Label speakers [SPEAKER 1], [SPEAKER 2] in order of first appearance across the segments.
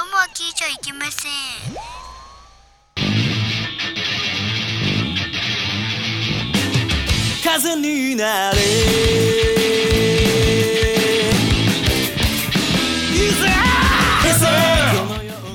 [SPEAKER 1] ゃいけません
[SPEAKER 2] 風になれ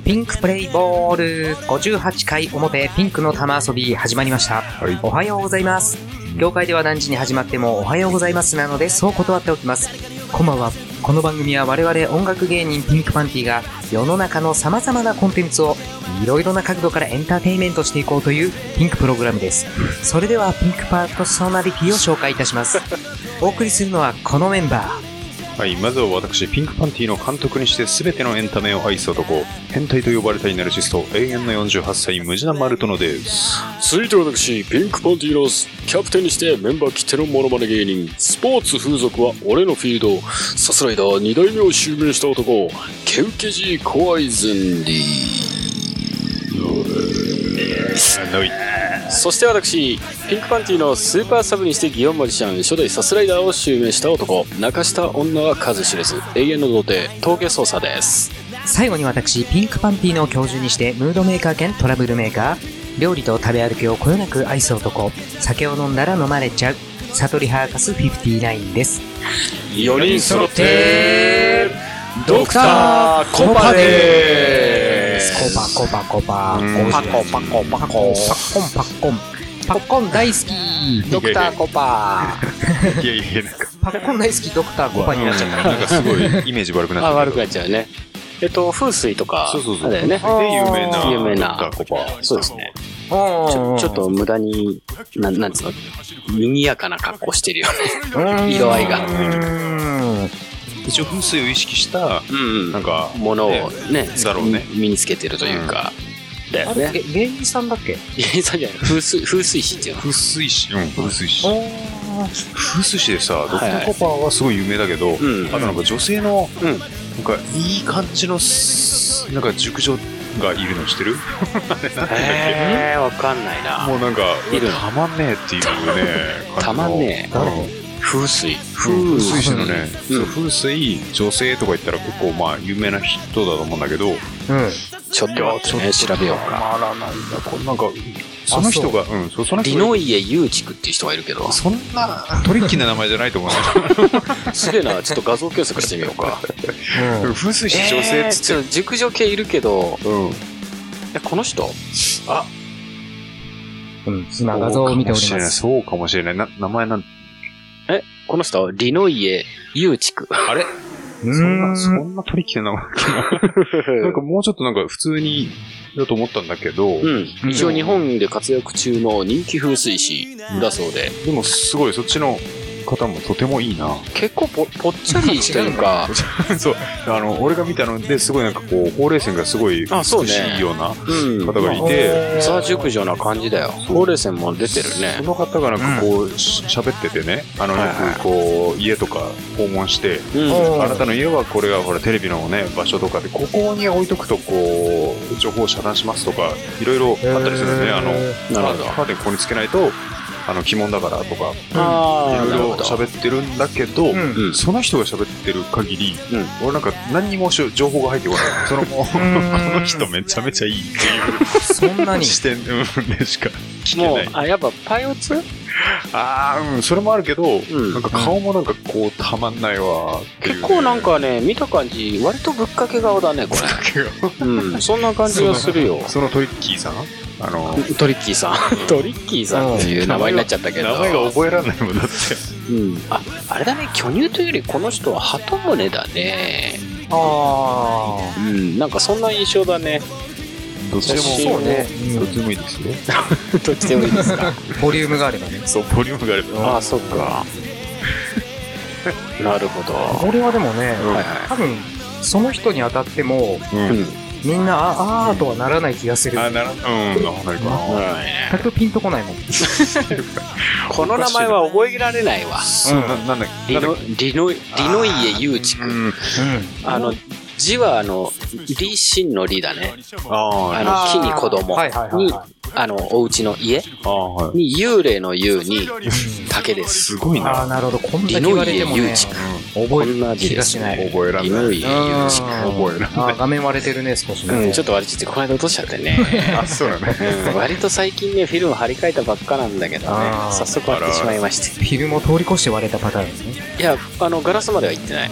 [SPEAKER 3] ピンクプレイボール58回表ピンクの玉遊び始まりました、
[SPEAKER 4] い
[SPEAKER 3] おはようございます業界では何時に始まってもおはようございますなのでそう断っておきますこんばんはこの番組は我々音楽芸人ピンクパンティが世の中の様々なコンテンツをいろいろな角度からエンターテインメントしていこうというピンクプログラムですそれではピンクパーソナリティを紹介いたします お送りするのはこのメンバー
[SPEAKER 4] はい、まずは私、ピンクパンティの監督にして全てのエンタメを愛す男、変態と呼ばれたイナルシスト、永遠の48歳、ムジナ・マルトノです。
[SPEAKER 5] 続いて私ピンクパンティーロスキャプテンにしてメンバーきてのモノマネ芸人スポーツ風俗は俺のフィールドサスライダー2代目を襲名した男ケウケジーコアイゼンリ
[SPEAKER 4] はい、
[SPEAKER 5] ーそして私ピンクパンティーのスーパーサブにしてギオンマジシャン初代サスライダーを襲名した男泣かした女は数知れず永遠の童貞峠捜査です
[SPEAKER 3] 最後に私ピンクパンティの教授にしてムードメーカー兼トラブルメーカー料理と食べ歩きをこよなく愛す男酒を飲んだら飲まれちゃう悟りハーカス59です
[SPEAKER 5] 4人揃って
[SPEAKER 3] て
[SPEAKER 5] ドクターコパで
[SPEAKER 3] コパコパコパ
[SPEAKER 4] うん
[SPEAKER 3] パコパコパコパコパコンパコンパコン大好きドクターコパ
[SPEAKER 4] いやいや、なんか、
[SPEAKER 3] パコン大好きドクターコパになっちゃった
[SPEAKER 4] なんかすごいイメージ悪くなっちゃ
[SPEAKER 5] あ、
[SPEAKER 4] った。
[SPEAKER 5] 悪くなっちゃうね。えっと、風水とか、
[SPEAKER 4] そうそうそう。
[SPEAKER 5] だよね。
[SPEAKER 4] で、有名な、
[SPEAKER 5] 有名な
[SPEAKER 4] ドクターコパー。
[SPEAKER 5] そうですね。ち
[SPEAKER 3] お
[SPEAKER 5] ょ
[SPEAKER 3] ー
[SPEAKER 5] ちょっと無駄に、なん、なんつうの、賑やかな格好してるよね。
[SPEAKER 3] うーん
[SPEAKER 5] 色合いが
[SPEAKER 3] うーん
[SPEAKER 4] 一応、風水を意識した、
[SPEAKER 5] うん。
[SPEAKER 4] なんか、
[SPEAKER 5] ものをね、
[SPEAKER 4] だろうね
[SPEAKER 5] 身身につけてるというか。だ
[SPEAKER 3] あ
[SPEAKER 5] よ
[SPEAKER 3] れ
[SPEAKER 5] ね。
[SPEAKER 3] え芸人さんだっけ
[SPEAKER 5] 芸人さんじゃない風水、風水師っていうの。
[SPEAKER 4] 風水師。うん、風水師。
[SPEAKER 3] お
[SPEAKER 4] 風水師でさ、ドクターコパーはすごい有名だけど、
[SPEAKER 5] うん
[SPEAKER 4] あとなんか女性の、
[SPEAKER 5] うん
[SPEAKER 4] なんかいい感じのす、なんか熟女がいるの知ってる
[SPEAKER 5] えー、わかんないな。
[SPEAKER 4] もうなんか、
[SPEAKER 5] いるの
[SPEAKER 4] たまんねえっていうね。
[SPEAKER 5] たまんねえ
[SPEAKER 4] 感じの
[SPEAKER 5] 風水。
[SPEAKER 4] うん
[SPEAKER 5] 風
[SPEAKER 4] 風水師のね、
[SPEAKER 5] うん
[SPEAKER 4] そう風水、女性とか言ったら結構まあ有名な人だと思うんだけど、
[SPEAKER 3] うん
[SPEAKER 5] ちょっと待ってね、調べようか。
[SPEAKER 4] まあなんだ、これなんか、その人が、うん、そうその
[SPEAKER 5] リ
[SPEAKER 4] 人
[SPEAKER 5] ノ
[SPEAKER 4] が、
[SPEAKER 5] イエユーチクっていう人がいるけど、
[SPEAKER 4] そんなトリッキーな名前じゃないと思う
[SPEAKER 5] すげえな、ちょっと画像検索してみようか。
[SPEAKER 3] うん
[SPEAKER 4] な。風水師女性っつって
[SPEAKER 5] えーちょっと熟女系いるけど、
[SPEAKER 4] る、うん。
[SPEAKER 5] いやこの人あ
[SPEAKER 3] うん、今画像を見ております。
[SPEAKER 4] そうかもしれない。そうかもしれない。な名前なん
[SPEAKER 5] えこの人はリノイエ・ユーチク。
[SPEAKER 4] あれ
[SPEAKER 3] う
[SPEAKER 4] そんな、そ
[SPEAKER 3] ーん。
[SPEAKER 4] んなトリッキーな名前なんかもうちょっとなんか普通に、だと思ったんだけど、
[SPEAKER 5] うん。一応日本で活躍中の人気風水師だそうで、
[SPEAKER 4] でもすごい、そっちの方もとてもいいな。
[SPEAKER 5] 結構ぽぽっちゃりというか、
[SPEAKER 4] そう。あの、俺が見たので、すごいなんかこう、ほうれい線がすごい美
[SPEAKER 5] あそうね
[SPEAKER 4] しいような
[SPEAKER 5] うん
[SPEAKER 4] 方。がいて、
[SPEAKER 5] ザ熟女な感じだよ。ほうれい線も出てる
[SPEAKER 4] そ
[SPEAKER 5] ね。
[SPEAKER 4] の方がなんかこう、し喋っててね、あの、よくこう、家とか訪問して、
[SPEAKER 5] うん。
[SPEAKER 4] あなたの家はこれがほらテレビのね場所とかでここに置いとくとこう情報を遮断しますとかいろいろあったりするんですね、あの
[SPEAKER 5] なるほど。
[SPEAKER 4] カーテンここにつけないとあの鬼門だからとかい
[SPEAKER 5] あ
[SPEAKER 4] ろ
[SPEAKER 5] あ、
[SPEAKER 4] い
[SPEAKER 5] なる
[SPEAKER 4] ろ
[SPEAKER 5] ほど。
[SPEAKER 4] 喋ってるんだけど、
[SPEAKER 3] うん
[SPEAKER 5] うん
[SPEAKER 4] その人が喋ってる限り、
[SPEAKER 5] うん
[SPEAKER 4] 俺なんか何にもし情報が入ってこ ないそのこ
[SPEAKER 3] ん
[SPEAKER 4] の人めちゃめちゃいいって
[SPEAKER 3] そんな
[SPEAKER 4] いう
[SPEAKER 3] に。
[SPEAKER 4] 視点うんでしか聞け
[SPEAKER 5] もう
[SPEAKER 4] ない、
[SPEAKER 5] あ、やっぱパイオツ
[SPEAKER 4] ああうんそれもあるけど、
[SPEAKER 5] ん
[SPEAKER 4] なんか顔もなんかこうたまんないわっていうね、
[SPEAKER 5] 結構なんかね、見た感じ、割とぶっかけ顔だね、これ。うん。そんな感じがするよ。
[SPEAKER 4] その トリッキーさんあの
[SPEAKER 5] トリッキーさん。トリッキーさんっていう名前になっちゃったけど。
[SPEAKER 4] 名前が覚えられないもんだって
[SPEAKER 5] うん。あ、あれだね、巨乳というよりこの人は鳩胸だね。
[SPEAKER 3] あ
[SPEAKER 5] うん。なんかそんな印象だね。
[SPEAKER 4] どっちでも
[SPEAKER 5] そうね
[SPEAKER 4] どっちでもいいですよ
[SPEAKER 5] どっちでもいいですか。
[SPEAKER 3] あ。ボリュームがあればね。
[SPEAKER 4] そうボリュームがあれば
[SPEAKER 5] ああ、そっか。 なるほど。は
[SPEAKER 3] これはでもね、
[SPEAKER 5] いはい。
[SPEAKER 3] 多分、その人に当たっても、
[SPEAKER 4] うん
[SPEAKER 5] うん。
[SPEAKER 3] みんな、ああーとはならない気がする。
[SPEAKER 4] あならうんならないかな
[SPEAKER 3] 全くピンとこないもん。
[SPEAKER 5] この名前は覚えられないわ。
[SPEAKER 4] そうななんだっけな
[SPEAKER 5] リ
[SPEAKER 4] んだ
[SPEAKER 5] ノ
[SPEAKER 4] っけ
[SPEAKER 5] リノイリノイエユーチ
[SPEAKER 4] う
[SPEAKER 5] ク。
[SPEAKER 4] ん
[SPEAKER 5] あの、字はあの、リシンのリだね。あ
[SPEAKER 4] あー
[SPEAKER 5] の、木に子供
[SPEAKER 3] はいはいはい
[SPEAKER 5] に
[SPEAKER 3] はい。、
[SPEAKER 5] あの、お家の家
[SPEAKER 4] あーはい
[SPEAKER 5] に幽霊の幽に竹です。
[SPEAKER 4] すごい
[SPEAKER 3] あ
[SPEAKER 4] な
[SPEAKER 3] あ、なるほど。こんだけ
[SPEAKER 5] リ
[SPEAKER 3] 言わ
[SPEAKER 5] ノ
[SPEAKER 3] れ
[SPEAKER 5] イエ
[SPEAKER 3] てもね
[SPEAKER 5] ユーチ。ク。
[SPEAKER 3] 覚える気がしない。
[SPEAKER 4] 覚えられな
[SPEAKER 2] 犬
[SPEAKER 4] い。
[SPEAKER 2] い
[SPEAKER 3] あ
[SPEAKER 2] です
[SPEAKER 3] ー
[SPEAKER 4] 覚えられ
[SPEAKER 3] あー画面割れてるね、少し
[SPEAKER 5] うん、
[SPEAKER 3] ね
[SPEAKER 5] ち。ょっと割れちゃって、この間落としちゃってね。
[SPEAKER 4] あ、そうだね。
[SPEAKER 5] うん割と最近ね、フィルム貼り替えたばっかなんだけどね
[SPEAKER 3] あ、ー
[SPEAKER 5] 早速割ってしまいまして。
[SPEAKER 3] フィルムを通り越して割れたパターンですね。
[SPEAKER 5] いや、あの、ガラスまでは行ってない。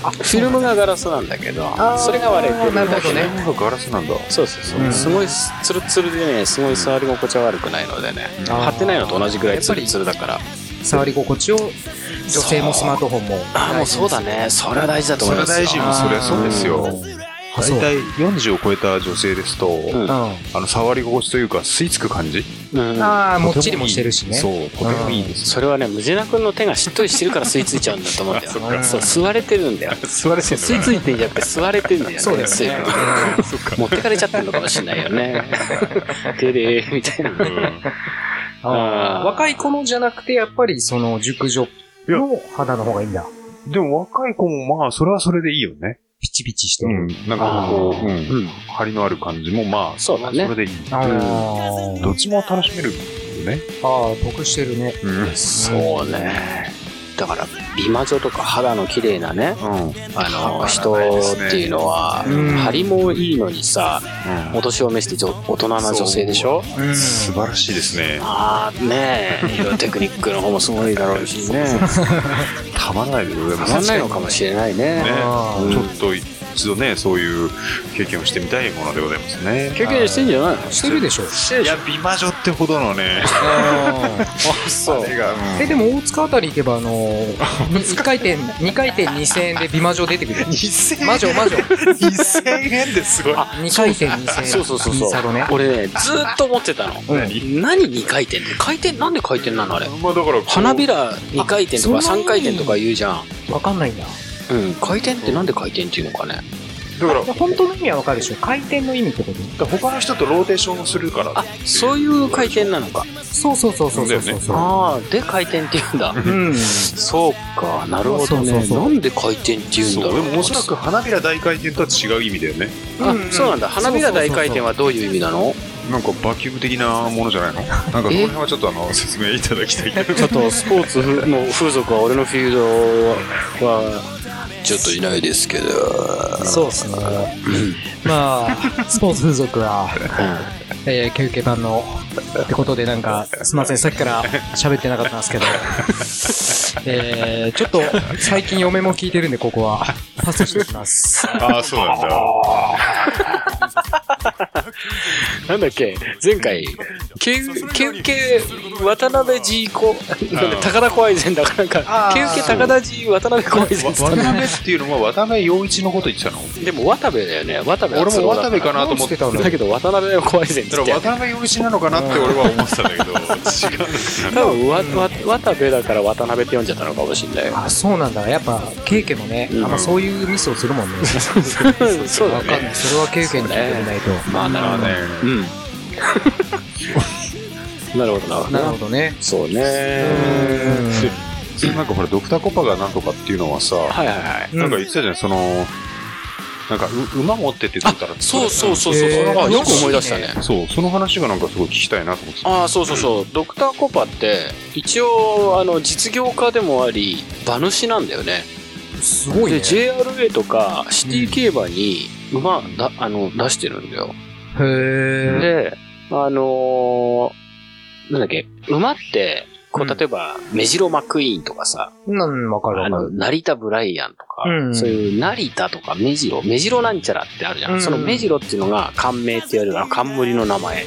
[SPEAKER 5] フィルムがガラスなんだけど、それが割れてる
[SPEAKER 3] な
[SPEAKER 5] だ
[SPEAKER 3] るほ
[SPEAKER 5] け
[SPEAKER 3] どね
[SPEAKER 5] ね。
[SPEAKER 4] ガラスなんだ。
[SPEAKER 5] そうそうそう、
[SPEAKER 3] うん
[SPEAKER 5] すごいツルツルでねすごい触り心地は悪くないのでね
[SPEAKER 3] あー
[SPEAKER 5] 貼ってないのと同じぐらいツルツルだから
[SPEAKER 3] 触り心地を女性もスマートフォンも。
[SPEAKER 5] ああもうそうだねそれは大事だと
[SPEAKER 4] そ
[SPEAKER 5] 思い
[SPEAKER 4] れ
[SPEAKER 5] ます
[SPEAKER 4] 大事
[SPEAKER 5] よ
[SPEAKER 4] もそれそうですよ。
[SPEAKER 3] あ、そう
[SPEAKER 4] 大。体40を超えた女性ですと、
[SPEAKER 5] ん
[SPEAKER 3] う
[SPEAKER 4] あの触り心地というか吸い付く感じ
[SPEAKER 5] うん
[SPEAKER 3] ん。ああ、もっちりもしてるしね。
[SPEAKER 4] そうとてもいいです
[SPEAKER 5] それはねムジナ君の手がしっとりしてるから吸い付いちゃうんだと 思うんだよ
[SPEAKER 4] そっ
[SPEAKER 3] か
[SPEAKER 5] そう吸われてるんだよ
[SPEAKER 4] 吸われて
[SPEAKER 5] 吸い付いてんじゃなくて吸われてんだよね
[SPEAKER 3] そうだよね
[SPEAKER 5] 水分持ってかれちゃってるのかもしれないよ ね手でみたいな
[SPEAKER 3] あ
[SPEAKER 5] あ
[SPEAKER 3] ー
[SPEAKER 5] ー
[SPEAKER 3] 若い子のじゃなくて、やっぱりその熟女の肌の方がいいんだ。
[SPEAKER 4] でも若い子もまあそれはそれでいいよね。
[SPEAKER 3] ピチピチして
[SPEAKER 4] う
[SPEAKER 3] る。
[SPEAKER 4] ん。なんかこ
[SPEAKER 5] あ
[SPEAKER 4] う、う
[SPEAKER 5] ー
[SPEAKER 4] ん。張りのある感じもまあ、
[SPEAKER 5] そうだね
[SPEAKER 4] それでいい。
[SPEAKER 3] あー
[SPEAKER 4] どっちも楽しめるよね。
[SPEAKER 3] あー、得してるね。
[SPEAKER 4] うん。
[SPEAKER 5] そうねだから美魔女とか肌の綺麗なね
[SPEAKER 4] うん。
[SPEAKER 5] あの人
[SPEAKER 4] わからないですね
[SPEAKER 5] っていうのは、
[SPEAKER 3] うん
[SPEAKER 5] 張りもいいのにさ、お年を召してじょ大人な女性でしょ
[SPEAKER 3] うん。
[SPEAKER 4] 素晴らしいですね。
[SPEAKER 5] ああねえいろいろテクニックの方もすごいだろうし ね
[SPEAKER 4] たまらないでございま
[SPEAKER 5] た
[SPEAKER 4] す。
[SPEAKER 5] まんないのかもしれないね
[SPEAKER 4] ね
[SPEAKER 3] あー
[SPEAKER 4] ちょっと一度ね、そういう経験をしてみたいものでございますね。
[SPEAKER 5] 経験してんじゃないの
[SPEAKER 3] してるでしょ。
[SPEAKER 4] いや、美魔女ってほどの ね、
[SPEAKER 5] あそう
[SPEAKER 4] 手が、
[SPEAKER 3] え、でも大塚あたり行けば、あのー、1回 転、2回転2000円で美魔女出てくるよ。
[SPEAKER 4] 2000
[SPEAKER 3] 魔女、魔女。
[SPEAKER 4] 2000円ですごい。
[SPEAKER 3] 2回転2000円。
[SPEAKER 5] そうそうそう
[SPEAKER 3] インサ
[SPEAKER 5] そ
[SPEAKER 3] ロ
[SPEAKER 5] う、
[SPEAKER 3] ね。
[SPEAKER 5] 俺ねずーっと思ってたの
[SPEAKER 4] 何
[SPEAKER 5] 何2回転って回転なんで回転なのあれ
[SPEAKER 4] まあだから、
[SPEAKER 5] 花びら2回転とか
[SPEAKER 3] あそんなに
[SPEAKER 5] 3回転とか言うじゃん、
[SPEAKER 3] わかんないんだ。
[SPEAKER 5] うん、回転ってなんで回転っていうのかね
[SPEAKER 4] だから、
[SPEAKER 3] 本当の意味はわかるでしょ。回転の意味ってこと
[SPEAKER 4] 他の人とローテーションをするから。
[SPEAKER 5] あそういう回転なのか
[SPEAKER 3] そうそうそうそうそうそう。
[SPEAKER 5] ああで回転って言うんだ
[SPEAKER 3] うん。
[SPEAKER 5] そうかなるほどね
[SPEAKER 3] そうそうそう
[SPEAKER 5] なんで回転って言うん
[SPEAKER 4] そう、
[SPEAKER 5] だ
[SPEAKER 4] で
[SPEAKER 5] ろう
[SPEAKER 4] もおそらく花びら大回転とは違う意味だよね。
[SPEAKER 5] あ
[SPEAKER 3] うん
[SPEAKER 5] そうなんだ花びら大回転はどういう意味なの
[SPEAKER 4] なんかバキューム的なものじゃない のなんかこの辺はちょっとあの、説明いただきたいけど。
[SPEAKER 5] ちょっとスポーツの風俗は俺のフィールドはちょっといないですけど、
[SPEAKER 3] そうですね。まあ、 スポーツ風俗は、えー、休憩版の、ってことでなんか、すいません、さっきから喋ってなかったんですけど、えー、ちょっと、最近嫁も聞いてるんで、ここは、パスしておきます。
[SPEAKER 4] ああ、そうなんだ。
[SPEAKER 5] なんだっけ前回休休憩渡辺 G 子なんだ高田小愛善だからなんか休憩高田 G 渡辺小愛善っつっ
[SPEAKER 4] 渡
[SPEAKER 5] たね
[SPEAKER 4] 辺っていうのは渡辺陽一のこと言ってたの
[SPEAKER 5] でも渡部だよね渡部
[SPEAKER 4] 俺も渡部かなと思って
[SPEAKER 3] どうしてたの
[SPEAKER 5] だけど渡辺小愛善って
[SPEAKER 4] だ
[SPEAKER 5] 言
[SPEAKER 4] か
[SPEAKER 5] って
[SPEAKER 4] ら渡辺陽一なのかなって俺は思ってたんだけど、違うんですね。
[SPEAKER 5] 多分わわ渡部だから渡辺って読んじゃったのかもしれないよ
[SPEAKER 3] あ、そうなんだ。やっぱ、ケイケもね、あんまそういうミスをするもんね。
[SPEAKER 5] そう
[SPEAKER 3] わ
[SPEAKER 5] だ
[SPEAKER 3] かんな
[SPEAKER 5] ね
[SPEAKER 3] い。それはケイケに聞いてみないと。
[SPEAKER 5] まあなるほどねうん なるほどなるほ
[SPEAKER 3] なる
[SPEAKER 5] ど
[SPEAKER 3] ほどね。
[SPEAKER 5] そうね
[SPEAKER 4] そのなんかほら、ドクターコパがなんとかっていうのはさ、
[SPEAKER 5] はいはいはい
[SPEAKER 4] なんか言ってたじゃん、その、なんかう馬持ってって言ってたら、
[SPEAKER 5] そうそうそう
[SPEAKER 3] そ
[SPEAKER 5] そうう、
[SPEAKER 3] えー
[SPEAKER 5] あよく思い出したね
[SPEAKER 4] そう、その話がなんかすごい聞きたいなと思ってた。
[SPEAKER 5] ああそうそうそう、ドクターコパって一応あの実業家でもあり馬主なんだよね
[SPEAKER 3] すごいね。
[SPEAKER 5] で JRA とかシティ競馬に馬だあの出してるんだよ
[SPEAKER 3] へー。
[SPEAKER 5] で、あのーなんだっけ、馬って、こ
[SPEAKER 3] うん
[SPEAKER 5] う、例えば、メジロマクイーンとかさ、
[SPEAKER 3] なん、わかる
[SPEAKER 5] あ
[SPEAKER 3] わか
[SPEAKER 5] の、
[SPEAKER 3] る。
[SPEAKER 5] 成田ブライアンとか、
[SPEAKER 3] うん
[SPEAKER 5] そういう成田とかメジロ、メジロなんちゃらってあるじゃん。
[SPEAKER 3] うん
[SPEAKER 5] そのメジロっていうのが、冠名って言われるあの冠の名前。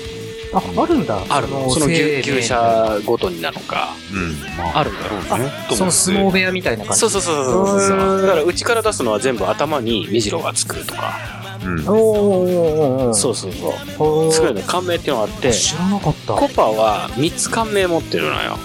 [SPEAKER 3] あ、あるんだ。
[SPEAKER 5] あるの。その
[SPEAKER 3] 生命
[SPEAKER 5] 牛牛舎ごとになのか、
[SPEAKER 4] うん。まあ、
[SPEAKER 5] あるのよ。
[SPEAKER 4] そうね。
[SPEAKER 3] その相撲部屋みたいな感じ。
[SPEAKER 5] そうそうそうそうそう
[SPEAKER 3] へー
[SPEAKER 5] だから、うちから出すのは全部頭にメジロがつくとか。
[SPEAKER 4] うん。
[SPEAKER 3] おーおーおーおー
[SPEAKER 5] そうそうそう。
[SPEAKER 3] おー
[SPEAKER 5] すごいね、冠名っていうのがあって、
[SPEAKER 3] 知らなかった。
[SPEAKER 5] コパは3つ冠名持ってるのよ。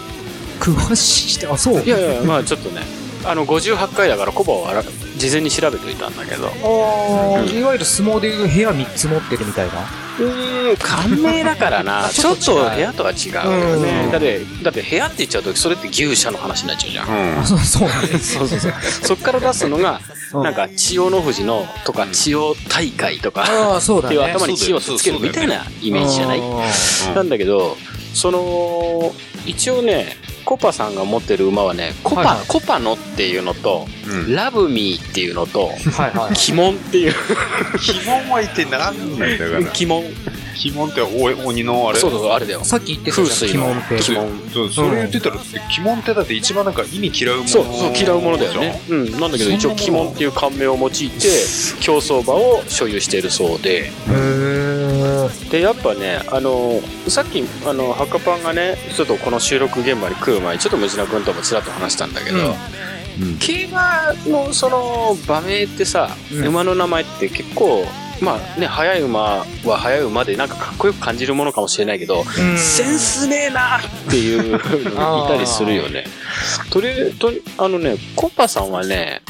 [SPEAKER 3] 詳しい。あ、そう。
[SPEAKER 5] いやいや、まあちょっとね、あの58回だからコバをあら事前に調べておいたんだけど、う
[SPEAKER 3] あ
[SPEAKER 5] う
[SPEAKER 3] ーいわゆる相撲でいう部屋3つ持ってるみたいな。
[SPEAKER 5] ーん、感銘だからな、ち
[SPEAKER 3] ちょ
[SPEAKER 5] ょ
[SPEAKER 3] っ
[SPEAKER 5] っ
[SPEAKER 3] と
[SPEAKER 5] と
[SPEAKER 3] 違う
[SPEAKER 5] 部屋とは違うよ
[SPEAKER 3] う
[SPEAKER 5] ね
[SPEAKER 3] ん。
[SPEAKER 5] だって、だって部屋って言っちゃうと、それって牛舎の話になっちゃうじゃん。
[SPEAKER 4] うん。
[SPEAKER 3] そうそうなんです。
[SPEAKER 5] そうそうそう。そっから出すのが、
[SPEAKER 3] うん
[SPEAKER 5] なんか、千代の富士のとか、千代大会とか、
[SPEAKER 3] ああ、そうだ
[SPEAKER 5] っていう
[SPEAKER 3] ね。
[SPEAKER 5] 頭に千代つけるみたいなイメージじゃない
[SPEAKER 3] あー
[SPEAKER 5] なんだけど、その、一応ね、コパさんが持ってる馬はねコパ,、
[SPEAKER 3] はい
[SPEAKER 5] コパノっていうのと、
[SPEAKER 4] うん
[SPEAKER 5] ラブミーっていうのと
[SPEAKER 3] はいはい。
[SPEAKER 5] 鬼門っていう
[SPEAKER 4] 鬼門は一体何なんだよだから
[SPEAKER 5] 鬼門
[SPEAKER 4] 鬼門ってお鬼のあれ
[SPEAKER 5] そうそうあれだよ
[SPEAKER 3] さっき言ってた
[SPEAKER 5] 風
[SPEAKER 3] じゃん、
[SPEAKER 5] 水
[SPEAKER 3] 鬼
[SPEAKER 5] の
[SPEAKER 3] 門って。
[SPEAKER 5] 鬼門
[SPEAKER 4] そうそれ言ってたらだって鬼門ってだって一番なんか意味嫌うもの
[SPEAKER 5] そうそう嫌うものだよね、うん、なんだけど一
[SPEAKER 4] そ
[SPEAKER 5] 応鬼
[SPEAKER 4] んなもの
[SPEAKER 5] 門っていう冠名を用いて競走馬を所有しているそうで
[SPEAKER 3] へ
[SPEAKER 5] でやっぱねあのさっきあのハカパンがねちょっとこの収録現場に来る前にちょっとムジナ君ともちらっと話したんだけど、
[SPEAKER 4] うんうん
[SPEAKER 5] 競馬のその馬名ってさ、
[SPEAKER 3] うん
[SPEAKER 5] 馬の名前って結構まあね速い馬は速い馬でなんかかっこよく感じるものかもしれないけど、
[SPEAKER 3] ー
[SPEAKER 5] センスねえなっていうのいたりするよね。とりとりあのね、コッパさんはね、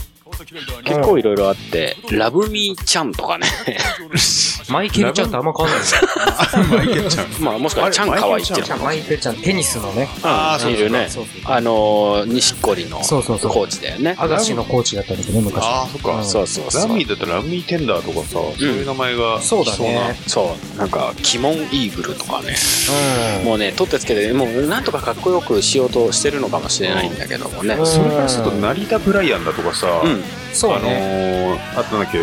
[SPEAKER 5] 結構いろいろあって、ラブミーちゃんとかね、
[SPEAKER 3] マイケルちゃんとあんま変わんないですね
[SPEAKER 4] マイケルちゃん
[SPEAKER 5] まあもしくはちゃんかわいいっていうの
[SPEAKER 3] マイケルちゃん、テニスのね。
[SPEAKER 5] あいるね。
[SPEAKER 3] そう
[SPEAKER 5] あのー、錦織の
[SPEAKER 3] そうそうそう
[SPEAKER 5] コーチだよね。
[SPEAKER 3] アガシのコーチだったんだけどね、昔。
[SPEAKER 4] ああそっか、
[SPEAKER 3] うん
[SPEAKER 5] そうそうそ
[SPEAKER 4] ラ
[SPEAKER 5] う
[SPEAKER 4] ミ。ーだったらラミーテンダーとかさ、そういう名前が
[SPEAKER 3] そうだ
[SPEAKER 4] 来な
[SPEAKER 3] ね。
[SPEAKER 5] そう、なんか、鬼門イーグルとかね、
[SPEAKER 3] うん。
[SPEAKER 5] もうね、取ってつけて、もうなんとかかっこよくしようとしてるのかもしれないんだけどもね。
[SPEAKER 3] うん
[SPEAKER 4] それからすると成田ブライアンだとかさ、
[SPEAKER 5] うん、
[SPEAKER 3] そう
[SPEAKER 4] あの
[SPEAKER 3] ね。
[SPEAKER 4] ー、あったんだっけ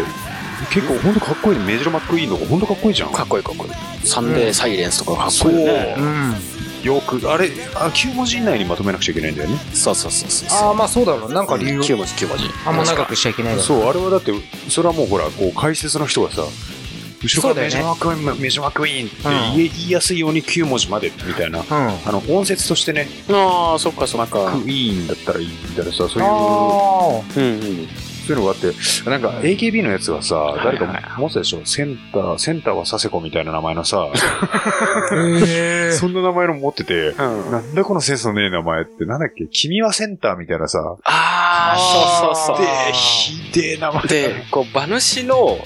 [SPEAKER 4] 結構本当かっこいいねメジロマックイーンとか本当かっこいいじゃん
[SPEAKER 5] かっこいいかっこいい。サンデーサイレンスとかかっこいいよね。
[SPEAKER 3] うん。
[SPEAKER 4] よくあれあ9文字以内にまとめなくちゃいけないんだよね
[SPEAKER 5] そうそうそうそう
[SPEAKER 3] あ
[SPEAKER 5] そ
[SPEAKER 3] あ、まあそうだろう。なん
[SPEAKER 5] う。
[SPEAKER 3] か理由
[SPEAKER 5] 9文字9文字。
[SPEAKER 3] あんま長くしちゃいけないだろう。
[SPEAKER 4] そうあれはだってそれはもうほらこう解説の人がさ後ろ
[SPEAKER 3] そう
[SPEAKER 4] か
[SPEAKER 3] だ
[SPEAKER 4] ら
[SPEAKER 3] よね
[SPEAKER 4] メジロマックイーン、メジロマックイーンって言え,、言いやすいように9文字までみたいな
[SPEAKER 3] うん。
[SPEAKER 4] あの音節としてね
[SPEAKER 5] ああ、そっかそっか。
[SPEAKER 4] クイーンだったらいいみたいなさそういう
[SPEAKER 3] あ
[SPEAKER 5] うんうん。
[SPEAKER 4] そういうのがあって、なんか AKB のやつはさ、
[SPEAKER 5] い
[SPEAKER 4] 誰か持ってたでしょセンター、センターはサセコみたいな名前のさ、
[SPEAKER 3] あ。へえ。
[SPEAKER 4] そんな名前の持ってて、
[SPEAKER 5] あ
[SPEAKER 4] なんだこのセンスのねえ名前って、なんだっけ君はセンターみたいなさ、
[SPEAKER 5] あー、そうそう
[SPEAKER 4] で
[SPEAKER 5] そ
[SPEAKER 3] あー、
[SPEAKER 4] ひでえ名前
[SPEAKER 5] う。で、こう、馬主の、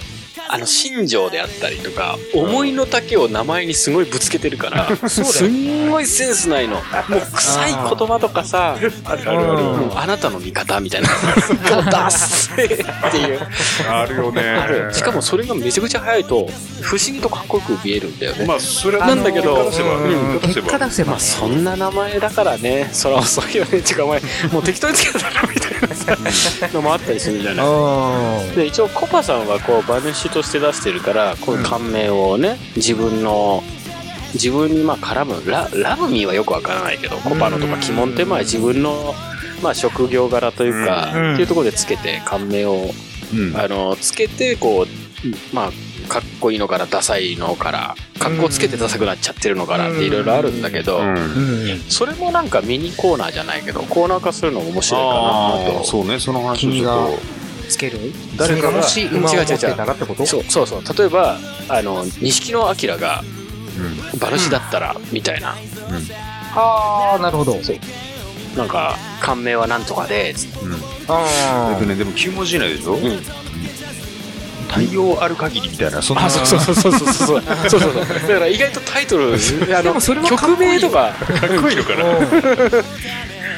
[SPEAKER 5] あの、心情であったりとか、思いの丈を名前にすごいぶつけてるから、 すんごいセンスないの。もう、臭い言葉とかさ、ある
[SPEAKER 3] ある
[SPEAKER 5] もうあなたの味方みたいな。もうダッセーっていう。
[SPEAKER 4] あるよね。
[SPEAKER 5] ある。しかも、それがめちゃくちゃ早いと、不思議とかっこよく見えるんだよね。
[SPEAKER 4] まあ、それは
[SPEAKER 5] なんだけど
[SPEAKER 4] 言い方すれば
[SPEAKER 3] うんうんうん
[SPEAKER 4] 言い方す
[SPEAKER 3] 結
[SPEAKER 4] れ
[SPEAKER 3] 果
[SPEAKER 4] ば
[SPEAKER 3] 出せ
[SPEAKER 5] ま
[SPEAKER 3] ば
[SPEAKER 5] あ。そんな名前だからね、そら遅いよねっていうか、お前、もう適当につけたらみたいなさ、のもあったりするじゃない。
[SPEAKER 3] う
[SPEAKER 5] で、一応、コパさんはこう、馬主として出してるから、こういう感銘をね、自分の、自分にまあ絡む、ララブミーはよくわからないけど、コパのとか鬼門ってまあ自分の、まあ職業柄というか、
[SPEAKER 3] うん
[SPEAKER 5] っていうところでつけて、感銘を、
[SPEAKER 4] うん
[SPEAKER 5] あの、つけて、こう、まあ、かっこいいのから、ダサいのから、かっこつけてダサくなっちゃってるのからっていろいろあるんだけど、
[SPEAKER 4] うん
[SPEAKER 3] ん。
[SPEAKER 5] それもなんかミニコーナーじゃないけどコーナー化するのも面白いか
[SPEAKER 4] ああ、
[SPEAKER 5] なと
[SPEAKER 4] そうね、その話をち
[SPEAKER 3] 君
[SPEAKER 4] ょ
[SPEAKER 3] が
[SPEAKER 4] っと。
[SPEAKER 3] つける
[SPEAKER 5] 誰か
[SPEAKER 3] 君が
[SPEAKER 5] が
[SPEAKER 3] もし馬を持ってたらってこと
[SPEAKER 5] そうそうそう例えばあの錦野明が
[SPEAKER 4] うん
[SPEAKER 5] 馬主だったらみたいな、
[SPEAKER 3] ああ、なるほど。
[SPEAKER 5] なんか感銘はなんとかでつって
[SPEAKER 4] うんえ
[SPEAKER 3] あ
[SPEAKER 4] っとね、でも9文字以内でしょうん対応ある限りみたいな、そんな。
[SPEAKER 5] うそうそうそ うそうそうそうそうだから意外とタイトルあ
[SPEAKER 3] で
[SPEAKER 5] の
[SPEAKER 3] もそれもかっこいい
[SPEAKER 5] 曲名と
[SPEAKER 4] か
[SPEAKER 5] か
[SPEAKER 4] っこいいのか
[SPEAKER 3] あ。うん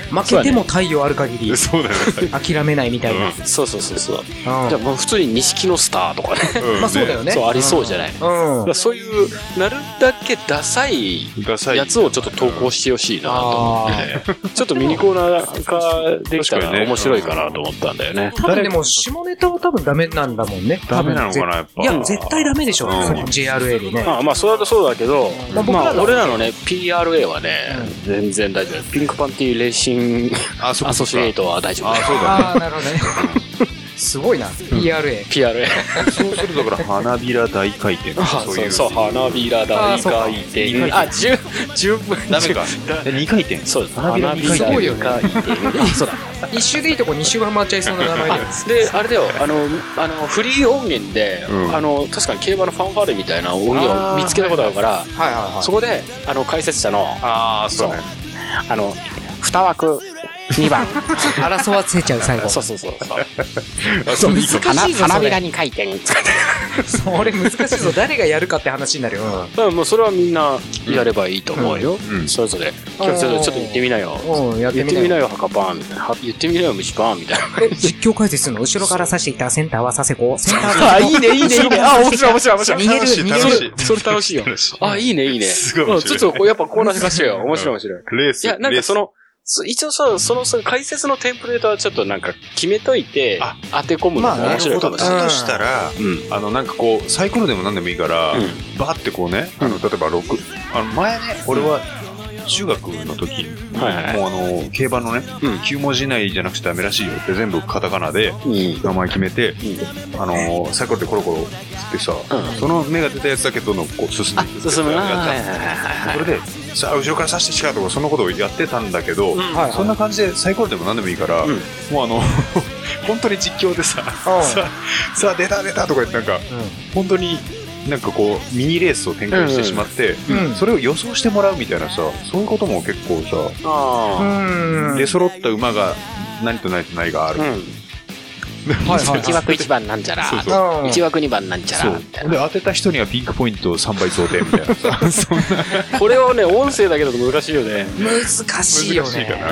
[SPEAKER 3] 負けても太陽ある限り
[SPEAKER 4] そうだよね。
[SPEAKER 3] 諦めないみたいな。
[SPEAKER 4] うん
[SPEAKER 5] そうそうそうそうじ
[SPEAKER 3] うん
[SPEAKER 5] ゃあもう普通に錦野スターとかね
[SPEAKER 4] ん
[SPEAKER 3] まあそうだよね。
[SPEAKER 5] そうありそうじゃない
[SPEAKER 3] うん。あ
[SPEAKER 5] だからそういうなるだけダサい
[SPEAKER 4] ダサい
[SPEAKER 5] やつをちょっと投稿してほしいなと思
[SPEAKER 3] あ
[SPEAKER 5] っ
[SPEAKER 3] ー。
[SPEAKER 5] てちょっとミニコーナー化できた
[SPEAKER 4] 確かに
[SPEAKER 5] ら
[SPEAKER 4] ね
[SPEAKER 5] 面白いかなと思ったんだよね
[SPEAKER 3] 多分でも下ネタは多分ダメなんだもんね。
[SPEAKER 4] ダメなのか
[SPEAKER 3] 多分
[SPEAKER 4] な、やっぱ。
[SPEAKER 3] いや、絶対ダメでしょ。
[SPEAKER 4] うん
[SPEAKER 3] その JRA でね。
[SPEAKER 5] まあまあそれだとそうだけど、
[SPEAKER 3] まあ僕ら
[SPEAKER 5] ま
[SPEAKER 3] だ
[SPEAKER 5] あ俺らのね PRA はね、全然大丈夫ピンクパンティーレーシング
[SPEAKER 4] あ、そ
[SPEAKER 5] ア
[SPEAKER 4] っ
[SPEAKER 5] ソシエイトは大丈夫
[SPEAKER 4] あ、そうだね。
[SPEAKER 3] ああ、なるほどね。 すごいな。PRA。
[SPEAKER 5] PRA
[SPEAKER 4] そうするとだから花びら大回転とか
[SPEAKER 5] あ
[SPEAKER 4] そ
[SPEAKER 5] そうう
[SPEAKER 4] いう。
[SPEAKER 5] そう花びら
[SPEAKER 4] あ
[SPEAKER 5] 大回転
[SPEAKER 4] そうか
[SPEAKER 5] あ十十分
[SPEAKER 4] ダメか。え、2回転
[SPEAKER 5] そうです
[SPEAKER 4] 花びら
[SPEAKER 3] すごいよね
[SPEAKER 5] 花びら大回転あそうだ
[SPEAKER 3] 一周でいいとこ二周は回っちゃいそうな名前だよ。
[SPEAKER 5] であれだよあのあのフリー音源で、
[SPEAKER 4] うん
[SPEAKER 5] あの確かに競馬のファンファーレみたいな音源を見つけたことあるから
[SPEAKER 3] はいはいはい。
[SPEAKER 5] そこであの解説者の
[SPEAKER 4] ああ、そうね。
[SPEAKER 5] あの2枠2番
[SPEAKER 3] 争わせちゃう最後。
[SPEAKER 5] そうそうそう
[SPEAKER 4] あそう
[SPEAKER 3] 難
[SPEAKER 4] いい
[SPEAKER 3] しいぞ
[SPEAKER 4] か。
[SPEAKER 5] 花
[SPEAKER 3] それ
[SPEAKER 5] 花びらに回転
[SPEAKER 3] それ難しいぞ。誰がやるかって話になるよ。
[SPEAKER 5] うんもうそれはみんなやればいいと思うよ、
[SPEAKER 4] うん
[SPEAKER 5] それぞれ「今日ちょっとちょっと言ってみなよ」
[SPEAKER 3] うん、やって
[SPEAKER 5] 言っ
[SPEAKER 3] み
[SPEAKER 5] て
[SPEAKER 3] な
[SPEAKER 5] みな
[SPEAKER 3] よ。
[SPEAKER 5] よ、ハカパン。みたいなは言ってみなよ、虫パン。みたいな。
[SPEAKER 3] え実況解説するの後ろから刺していたセンターは佐世子。センターは
[SPEAKER 5] あ、いいね、いいね、いいね。あ、面白い、面白い、面
[SPEAKER 3] 佐世
[SPEAKER 5] 白い。
[SPEAKER 3] 子逃げる、逃げ
[SPEAKER 4] 楽
[SPEAKER 3] る。
[SPEAKER 4] しい
[SPEAKER 5] それ楽 しいよ。あ、いいね、いいね。
[SPEAKER 4] すごい面白い
[SPEAKER 5] うんちょっとこう、やっぱコーナー化してよ。面白い、面白い。
[SPEAKER 4] レース。
[SPEAKER 5] いや、なんかその、そ一応さ、そのさ、解説のテンプレートはちょっとなんか決めといて
[SPEAKER 4] あ、
[SPEAKER 5] 当て込むの
[SPEAKER 4] まあ
[SPEAKER 5] が
[SPEAKER 4] な
[SPEAKER 5] 面
[SPEAKER 4] るほ
[SPEAKER 5] 白いか
[SPEAKER 4] ど
[SPEAKER 5] も
[SPEAKER 4] だ
[SPEAKER 5] しれない。
[SPEAKER 4] としたら
[SPEAKER 5] うん。
[SPEAKER 4] あのなんかこうサイコロでも何でもいいから、
[SPEAKER 5] うん
[SPEAKER 4] バーってこうねあの例えば6あの前ね俺は中学の時
[SPEAKER 5] はいはい
[SPEAKER 4] もうあの競馬のね、
[SPEAKER 5] うん
[SPEAKER 4] 9文字以内じゃなくちゃダメらしいよって全部カタカナで
[SPEAKER 5] うん。
[SPEAKER 4] 名前決めて、あのーサイコロでコロコロってさ、
[SPEAKER 5] ん
[SPEAKER 4] その目が出たやつだけどんどんこう進んでいく
[SPEAKER 5] 進むな。
[SPEAKER 4] やった
[SPEAKER 5] はいはいはいはい。
[SPEAKER 4] それでさあ後ろから刺してしかとかそんなことをやってたんだけど、そんな感じでサイコロでも何でもいいから、
[SPEAKER 5] うん
[SPEAKER 4] もうあの 本当に実況でさ
[SPEAKER 3] うん
[SPEAKER 4] さあさあ出た出たとか言ってなんか
[SPEAKER 3] う
[SPEAKER 4] 本当になんかこうミニレースを展開してしまって、
[SPEAKER 3] うんうん
[SPEAKER 4] それを予想してもらうみたいなさそういうことも結構さ、
[SPEAKER 5] あ
[SPEAKER 3] ん。
[SPEAKER 4] 出揃った馬が何と何と何がある、
[SPEAKER 5] あ。うん。1枠1番なんちゃら。
[SPEAKER 4] そうそう
[SPEAKER 3] うん
[SPEAKER 5] 1枠2番なんちゃ
[SPEAKER 4] そ
[SPEAKER 5] ら。
[SPEAKER 4] う
[SPEAKER 5] みたい
[SPEAKER 4] で
[SPEAKER 5] な。
[SPEAKER 4] 当てた人にはピンクポイントを3倍贈呈みたい なさそんな
[SPEAKER 5] これをね、音声だけだと難しいよね。
[SPEAKER 3] 難しいよ
[SPEAKER 4] 難しいか
[SPEAKER 3] ね。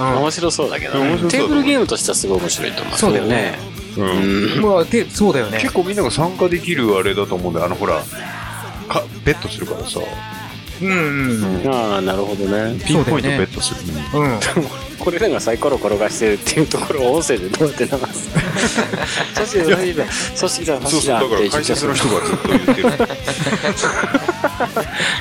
[SPEAKER 5] うん。
[SPEAKER 3] うん
[SPEAKER 5] 面白そうだけどね
[SPEAKER 4] 面白そうだと思う
[SPEAKER 5] テーブルゲームとしてはすごい面白いと思う。
[SPEAKER 3] そうだよね。
[SPEAKER 4] うん
[SPEAKER 5] うん。
[SPEAKER 3] まあ、で、そうだよね。
[SPEAKER 4] 結構みんなが参加できるあれだと思うんだよあのほらかベットするからさ、
[SPEAKER 3] うんうん。
[SPEAKER 5] ああ、なるほどね。
[SPEAKER 4] ピンクポイ
[SPEAKER 3] そう
[SPEAKER 4] ント
[SPEAKER 3] だよね
[SPEAKER 4] ベットする、
[SPEAKER 3] うん。
[SPEAKER 5] これらがサイコロ転がしてるっていうところを音声でどうやって流す組織だ、組織だ、組織だ、組
[SPEAKER 4] そう
[SPEAKER 5] 織
[SPEAKER 4] そう
[SPEAKER 5] だ
[SPEAKER 4] だから解説の人がずっと言ってる